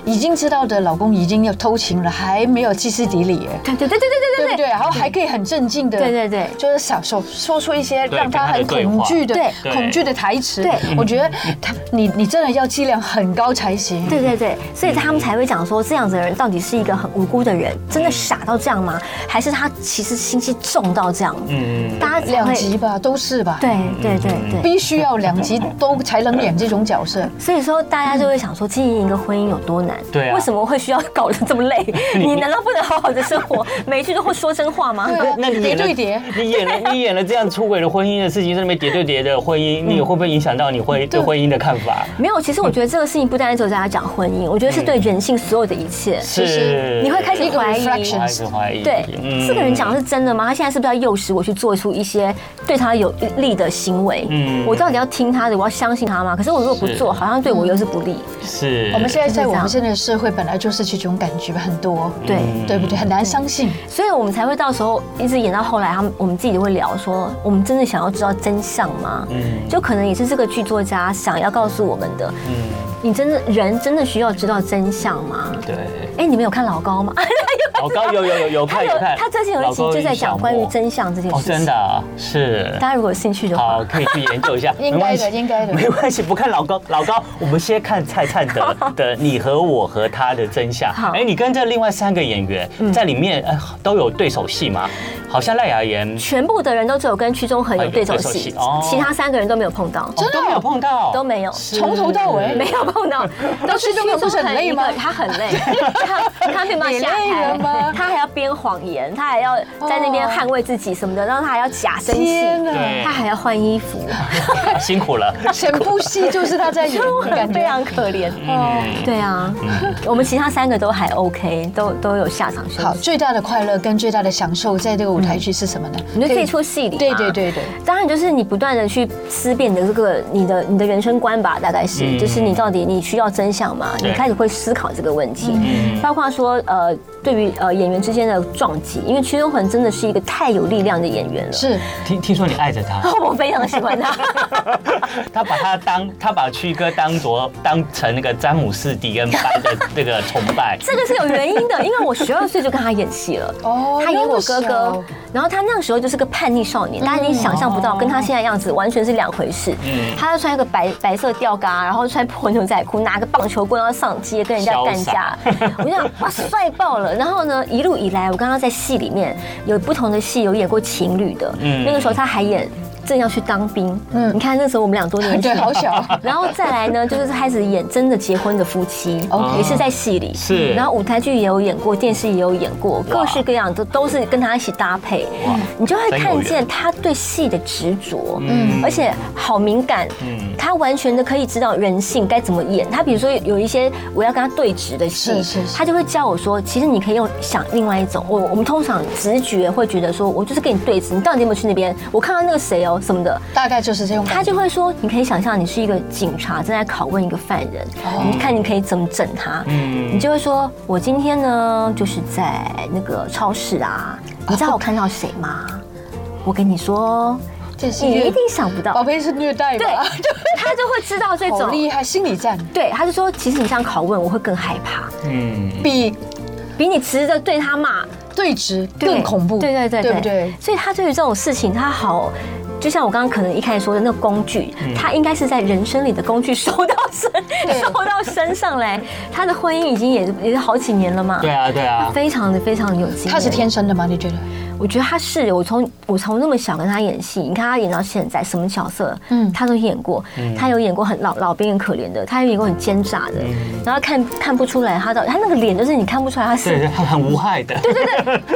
[SPEAKER 2] 已经知道的老公已经要偷情了，还没有歇斯底里耶，
[SPEAKER 3] 对对对对对
[SPEAKER 2] 对
[SPEAKER 3] 对
[SPEAKER 2] 不
[SPEAKER 3] 对
[SPEAKER 2] 对？然后还可以很镇静的，
[SPEAKER 3] 对对对
[SPEAKER 2] 就是小说说出一些
[SPEAKER 1] 对
[SPEAKER 2] 让他很
[SPEAKER 1] 跟他的对话
[SPEAKER 2] 恐惧的
[SPEAKER 3] 对
[SPEAKER 1] 对
[SPEAKER 2] 恐惧的台词。
[SPEAKER 3] 对，
[SPEAKER 2] 我觉得他你你真的要剂量很高才行。
[SPEAKER 3] 对对对，所以他们才会讲说，这样子的人到底是一个很无辜的人，真的傻到这样吗？还是他其实心机重到这样？
[SPEAKER 1] 嗯。
[SPEAKER 3] 大家才
[SPEAKER 2] 两
[SPEAKER 3] 会
[SPEAKER 2] 集吧，都是吧？，
[SPEAKER 3] 对对对对。
[SPEAKER 2] 必须要两集都才能演这种角色。
[SPEAKER 3] 所以说，大家就会想说，经营一个婚姻有多难？
[SPEAKER 1] 对啊
[SPEAKER 3] 为什么会需要搞得这么 累？你难道不能好好的生活， 每一句都会说真话吗？
[SPEAKER 2] 对啊
[SPEAKER 1] 那你
[SPEAKER 2] 叠
[SPEAKER 1] 演了
[SPEAKER 2] 对叠，
[SPEAKER 1] 你演了你演了这样出轨的婚姻的事情，在那边叠对叠的婚
[SPEAKER 3] 嗯
[SPEAKER 1] 姻，你会不会影响到你会对婚姻的看法？
[SPEAKER 3] 没有，其实我觉得这个事情不单单只有大家讲婚姻，我觉得
[SPEAKER 1] 嗯
[SPEAKER 3] 是对人性所有的一切。
[SPEAKER 2] 其实
[SPEAKER 1] 是，
[SPEAKER 3] 你会开始
[SPEAKER 2] 一个
[SPEAKER 3] 怀疑
[SPEAKER 2] reflection
[SPEAKER 1] 开始怀疑，
[SPEAKER 3] 对，
[SPEAKER 1] 嗯
[SPEAKER 3] 这个人讲的是真的吗？他现在是不是要诱使我去做出一些对他有利的行为？
[SPEAKER 1] 嗯
[SPEAKER 3] 我到底要听他的，我要相信他吗？可是我如果不
[SPEAKER 1] 是
[SPEAKER 3] 做，好像对我又是不利。
[SPEAKER 1] 嗯是，
[SPEAKER 2] 我们现在在我们
[SPEAKER 3] 就是这
[SPEAKER 2] 现在的社会本来就是这种感觉很多，
[SPEAKER 3] 对，
[SPEAKER 1] 嗯
[SPEAKER 2] 对不对？很难相信。
[SPEAKER 3] 所以我们才会到时候一直演到后来，他们我们自己就会聊说，我们真的想要知道真相吗？
[SPEAKER 1] 嗯
[SPEAKER 3] 就可能也是这个剧作家想要告诉我们的，
[SPEAKER 1] 嗯，
[SPEAKER 3] 你真的人真的需要知道真相吗？
[SPEAKER 1] 对，
[SPEAKER 3] 哎，你们有看老高吗？
[SPEAKER 1] 老高有有有有
[SPEAKER 3] 他
[SPEAKER 1] 看
[SPEAKER 3] 有
[SPEAKER 1] 有看，
[SPEAKER 3] 他最近有一集就在讲关于真相这件
[SPEAKER 1] 老高与小莫
[SPEAKER 3] 事
[SPEAKER 1] 哦，
[SPEAKER 3] 情。
[SPEAKER 1] 真的啊是
[SPEAKER 3] 大。家如果有兴趣的话
[SPEAKER 1] 好，，可以去研究一下，
[SPEAKER 2] 应该的
[SPEAKER 1] 没关系
[SPEAKER 2] 应该的
[SPEAKER 1] 没关系，不看老高，老高，我们先看蔡灿的的《你和我和他的真相》。
[SPEAKER 3] 好
[SPEAKER 1] 哎，你跟这另外三个演员
[SPEAKER 2] 嗯
[SPEAKER 1] 在里面呃都有对手戏吗？好像赖雅妍
[SPEAKER 3] 全部的人都只有跟屈中恒有对手
[SPEAKER 1] 有对手
[SPEAKER 3] 戏
[SPEAKER 1] 戏哦，
[SPEAKER 3] 其他三个人都没有碰到，
[SPEAKER 1] 真的哦没有碰到，
[SPEAKER 3] 都没有
[SPEAKER 2] 从头到尾
[SPEAKER 3] 没有碰到。
[SPEAKER 2] 但屈中恒不是很累吗
[SPEAKER 3] 屈中恒一个他很累，他他没办法下
[SPEAKER 2] 你累了吗
[SPEAKER 3] 台，他还要编谎言，他还要在那边捍卫自己什么的，然后他还要假生气
[SPEAKER 2] 天哪
[SPEAKER 1] 对，
[SPEAKER 3] 他还要换衣服，
[SPEAKER 1] 啊辛苦了。
[SPEAKER 2] 整部戏就是他在演
[SPEAKER 3] 屈中，
[SPEAKER 2] 感
[SPEAKER 3] 恒非
[SPEAKER 2] 觉
[SPEAKER 3] 常可怜。
[SPEAKER 1] 嗯
[SPEAKER 2] 哦。
[SPEAKER 3] 对啊，我们其他三个都还 OK，都都有下场休
[SPEAKER 2] 好，
[SPEAKER 3] 息。
[SPEAKER 2] 最大的快乐跟最大的享受，在这个舞舞台剧是什么呢？
[SPEAKER 3] 嗯你就这一出戏里嘛，
[SPEAKER 2] 对对对对，
[SPEAKER 3] 当然就是你不断的去思辨你的这个你的你的人生观吧，大概是，
[SPEAKER 1] 嗯
[SPEAKER 3] 就是你到底你需要真相吗？
[SPEAKER 1] 对
[SPEAKER 3] 你开始会思考这个问题，
[SPEAKER 1] 嗯
[SPEAKER 3] 包括说呃，对于呃演员之间的撞击，因为屈中恒真的是一个太有力量的演员了，
[SPEAKER 2] 是
[SPEAKER 1] 听听说你爱着他，
[SPEAKER 2] 哦
[SPEAKER 3] 我非常喜欢他。
[SPEAKER 1] 他把他当他把曲哥当作当成那个詹姆士迪恩般的那个崇 拜，
[SPEAKER 3] 这个是有原因的，因为我十二岁就跟他演戏了。
[SPEAKER 2] 哦
[SPEAKER 3] 他演我哥
[SPEAKER 2] 那么
[SPEAKER 3] 哥
[SPEAKER 2] 小，嗯
[SPEAKER 3] 然后他那个时候就是个叛逆少年，大家已经想象不到，跟他现在样子完全是两回事。
[SPEAKER 1] 嗯
[SPEAKER 3] 他就穿一个白白色吊嘎，然后穿破牛仔裤，拿个棒球棍要上街跟人家干架。 我就想哇，帅爆了！然后呢，一路以来，我刚刚在戏里面有不同的戏，有演过情侣的，
[SPEAKER 1] 嗯
[SPEAKER 3] 那个时候他还演正要去当兵，嗯，你看那时候我们俩多年轻，
[SPEAKER 2] 对，好小，
[SPEAKER 3] 然后再来呢，就是开始演真的结婚的夫妻
[SPEAKER 2] OK
[SPEAKER 3] 也是在戏里。
[SPEAKER 1] 是
[SPEAKER 3] 然后舞台剧也有演过，电视也有演过，各式各样的都是跟他一起搭配。你就会
[SPEAKER 1] 真有
[SPEAKER 3] 看
[SPEAKER 1] 缘
[SPEAKER 3] 见他对戏的执着，
[SPEAKER 1] 嗯
[SPEAKER 3] 而且好敏感，
[SPEAKER 1] 嗯
[SPEAKER 3] 他完全的可以知道人性该怎么演。他比如说有一些我要跟他对峙的戏
[SPEAKER 2] 是是是，
[SPEAKER 3] 他就会教我说，其实你可以用想另外一种。我我们通常直觉会觉得说，我就是跟你对峙，你到底有没有去那边？我看到那个谁哦什么的，
[SPEAKER 2] 大概就是这种感觉。
[SPEAKER 3] 他就会说，你可以想象你是一个警察正在拷问一个犯人，
[SPEAKER 2] 哦
[SPEAKER 3] 你看你可以怎么整他。
[SPEAKER 1] 嗯
[SPEAKER 3] 你就会说，我今天呢就是在那个超市啊，
[SPEAKER 2] 哦
[SPEAKER 3] 你知道我看到谁吗？我跟你说，
[SPEAKER 2] 这是
[SPEAKER 3] 你
[SPEAKER 2] 虐
[SPEAKER 3] 一定想不
[SPEAKER 2] 宝
[SPEAKER 3] 到。
[SPEAKER 2] 贝是虐待
[SPEAKER 3] 对
[SPEAKER 2] 吧？，
[SPEAKER 3] 他就会知道这
[SPEAKER 2] 好
[SPEAKER 3] 种。
[SPEAKER 2] 厉害，心理战
[SPEAKER 3] 对，他就说，其实你这样拷问我会更害怕，
[SPEAKER 1] 嗯，
[SPEAKER 2] 比
[SPEAKER 3] 比你直着对他骂
[SPEAKER 2] 对峙
[SPEAKER 3] 对
[SPEAKER 2] 更恐怖，
[SPEAKER 3] 对对对，
[SPEAKER 2] 对不对？
[SPEAKER 3] 所以他对于这种事情，他好。就像我刚刚可能一开始说的那个工具，
[SPEAKER 1] 嗯
[SPEAKER 3] 他应该是在人生里的工具收到身，收到身上来。他的婚姻已经也也是好几年了嘛，
[SPEAKER 1] 对啊对啊，
[SPEAKER 3] 非常的非常的有经验。
[SPEAKER 2] 他是，天生的吗？你觉得？
[SPEAKER 3] 我觉得他是我从我从那么小跟他演戏，你看他演到现在什么角色，
[SPEAKER 2] 嗯
[SPEAKER 3] 嗯，他都演过，他有演过很老老兵很可怜的，他有演过很奸诈的，
[SPEAKER 1] 嗯
[SPEAKER 3] 然后看看不出来他到他那个脸就是你看不出来他
[SPEAKER 1] 对，
[SPEAKER 3] 是。
[SPEAKER 1] 他很无害的，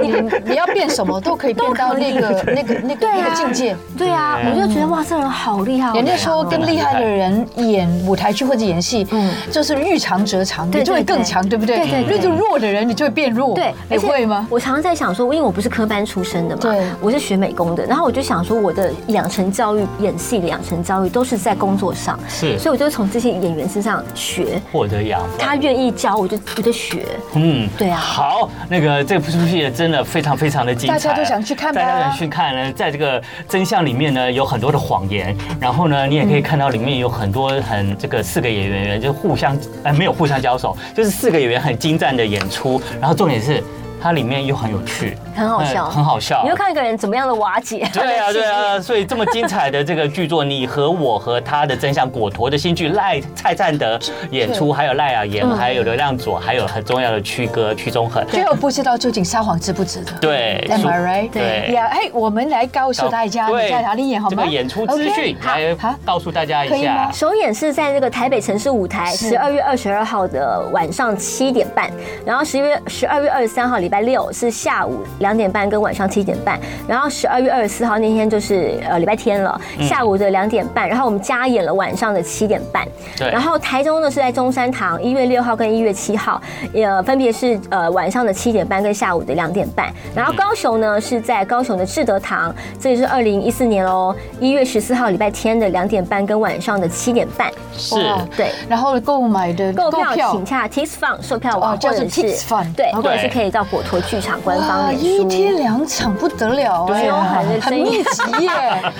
[SPEAKER 2] 你你要变什么 都可以变到那个那个那个那个境界。
[SPEAKER 3] 对啊，我就觉得哇，这人好厉害。好
[SPEAKER 2] 人家
[SPEAKER 3] 强
[SPEAKER 2] 说
[SPEAKER 3] 哦
[SPEAKER 2] 跟啊厉害的人演舞台剧或者演戏，
[SPEAKER 3] 嗯
[SPEAKER 2] 就是遇强则强，
[SPEAKER 3] 对
[SPEAKER 2] 你就会
[SPEAKER 3] 对对
[SPEAKER 2] 更强，对不对？
[SPEAKER 3] 对对对
[SPEAKER 2] 遇到弱的人，你就会变弱。
[SPEAKER 1] 哦
[SPEAKER 3] 对，
[SPEAKER 2] 你
[SPEAKER 3] 而且
[SPEAKER 2] 会吗？
[SPEAKER 3] 我常常在想说，因为我不是科班出身的嘛，
[SPEAKER 2] 对
[SPEAKER 3] 我是学美工的，然后我就想说，我的养成教育、演戏的养成教育都是在工作上，
[SPEAKER 1] 是
[SPEAKER 3] 所以我就从这些演员身上学，
[SPEAKER 1] 获得养分。
[SPEAKER 3] 他愿意教我就我就学，
[SPEAKER 1] 嗯，
[SPEAKER 3] 对啊
[SPEAKER 1] 好，那个这部戏真的非常非常的精彩，
[SPEAKER 2] 大家都想去看吧
[SPEAKER 1] 大家都想去看呢。在这个真相里面呢，有很多的谎言，然后呢，你也可以看到里面有很多很这个四个演员就互相呃没有互相交手，就是四个演员很精湛的演出，然后重点是它里面又很有趣，
[SPEAKER 3] 很好笑，
[SPEAKER 1] 嗯很好笑
[SPEAKER 3] 你会看一个人怎么样的瓦解，
[SPEAKER 1] 对啊，对啊，所以这么精彩的这个剧作，你和我和他的真相果陀的新剧赖蔡灿德演出，还有赖雅妍，还有刘亮佐，还有很重要的曲哥曲中恒，
[SPEAKER 2] 最后不知道究竟撒谎值不值得。
[SPEAKER 1] 对
[SPEAKER 2] ，Am I right？
[SPEAKER 1] 对
[SPEAKER 2] 呀，哎，我们来告诉大家你
[SPEAKER 1] 对
[SPEAKER 2] 在哪里演好
[SPEAKER 1] 这
[SPEAKER 2] 吗？
[SPEAKER 1] 个演出资讯
[SPEAKER 2] OK，好
[SPEAKER 1] 来
[SPEAKER 2] 好
[SPEAKER 1] 告诉大家
[SPEAKER 2] 可
[SPEAKER 1] 一
[SPEAKER 2] 以吗
[SPEAKER 1] 下。
[SPEAKER 3] 首演是在那个台北城市舞台，
[SPEAKER 2] 是
[SPEAKER 3] 十二月二十二号的晚上七点半，然后十月十二月二十三号礼拜六是下午两点半跟晚上七点半，然后十二月二十四号那天就是呃礼拜天了，下午的两点半，然后我们加演了晚上的七点半，
[SPEAKER 1] 对
[SPEAKER 3] 然后台中呢是在中山堂，一月六号跟一月七号，呃分别是呃晚上的七点半跟下午的两点半，然后高雄呢是在高雄的志德堂，这也是二零一四年喽，一月十四号礼拜天的两点半跟晚上的七点半，
[SPEAKER 1] 是
[SPEAKER 2] 哇
[SPEAKER 3] 对。
[SPEAKER 2] 然后购买的
[SPEAKER 3] 购票请洽 Tix Fun 售票网，
[SPEAKER 2] 哦叫
[SPEAKER 3] 或
[SPEAKER 2] 做
[SPEAKER 3] 者
[SPEAKER 2] Tix
[SPEAKER 3] 是
[SPEAKER 2] Fun，
[SPEAKER 3] 对，
[SPEAKER 2] OK
[SPEAKER 3] 或者是可以到果陀剧场官方
[SPEAKER 2] 哇，
[SPEAKER 3] 脸
[SPEAKER 2] 一
[SPEAKER 3] 书。
[SPEAKER 2] 天两场不得了哎
[SPEAKER 3] 对啊
[SPEAKER 2] 呀，很密集 耶。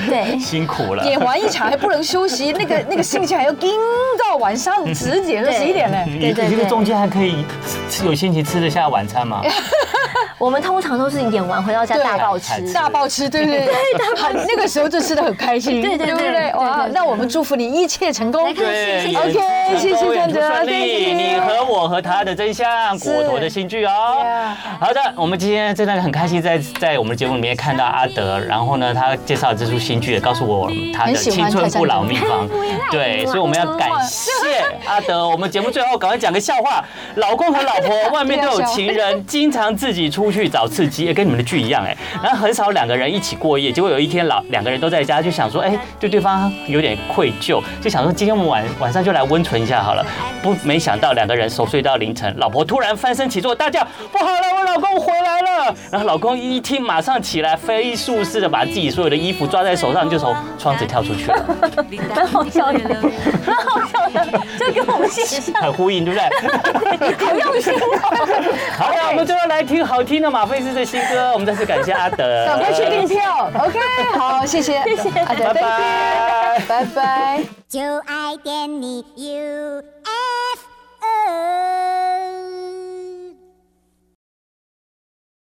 [SPEAKER 3] 对，
[SPEAKER 1] 辛苦了，
[SPEAKER 2] 演完一场还不能休息，那个 那个兴趣还要盯到晚上十 点到
[SPEAKER 3] 对
[SPEAKER 2] 十一点嘞。
[SPEAKER 1] 你
[SPEAKER 3] 对对
[SPEAKER 1] 你这个
[SPEAKER 3] 对
[SPEAKER 1] 中间还可以吃有心情吃得下晚餐吗？
[SPEAKER 3] 我们通常都是演完回到家
[SPEAKER 2] 对
[SPEAKER 3] 大爆 吃。
[SPEAKER 2] 大爆吃，对 对对，好那个时候就吃的很开心，
[SPEAKER 3] 对对对
[SPEAKER 2] 不
[SPEAKER 3] 对对
[SPEAKER 2] 对？
[SPEAKER 3] 对
[SPEAKER 2] 哇，
[SPEAKER 3] 对
[SPEAKER 2] 那我们祝福你一切成功
[SPEAKER 3] 来。看谢谢
[SPEAKER 2] OK，谢谢
[SPEAKER 1] 演出
[SPEAKER 2] 郑哲
[SPEAKER 1] 顺
[SPEAKER 2] 谢
[SPEAKER 1] 利，
[SPEAKER 2] 谢
[SPEAKER 1] 你和我和他的真相，
[SPEAKER 2] 是
[SPEAKER 1] 果陀的新剧哦
[SPEAKER 2] Yeah。
[SPEAKER 1] 好的，我们今天真的很开心在，在我们的节目里面看到阿德，然后呢，他介绍这出新剧，也告诉我他的
[SPEAKER 2] 很喜欢
[SPEAKER 1] 青春不老秘方
[SPEAKER 3] 蔡康永。
[SPEAKER 1] 对，所以我们要感谢阿德。我们节目最后赶快讲个笑话：老公和老婆外面都有情人，经常自己己出去找刺激，哎跟你们的剧一样哎。然后很少两个人一起过夜，结果有一天老两个人都在家，就想说，哎，对对方有点愧疚，就想说今天我们晚晚上就来温存一下好了。不，没想到两个人熟睡到凌晨，老婆突然翻身起坐，大叫：“不好了，我老公回来了！”然后老公一听，马上起来，飞速似的把自己所有的衣服抓在手上，就从窗子跳出去了，
[SPEAKER 3] 蛮好笑的，蛮好笑的，就跟我们现实
[SPEAKER 1] 很呼应，对不对？
[SPEAKER 3] 好用心哦。
[SPEAKER 1] 好了，我们最后来听好听的马菲斯的新歌。我们再次感谢阿德，
[SPEAKER 2] 赶快去订票，OK，好，谢谢，谢谢，好
[SPEAKER 1] 拜
[SPEAKER 2] 的
[SPEAKER 1] 拜。
[SPEAKER 2] 拜拜。
[SPEAKER 4] 就爱点你 UFO。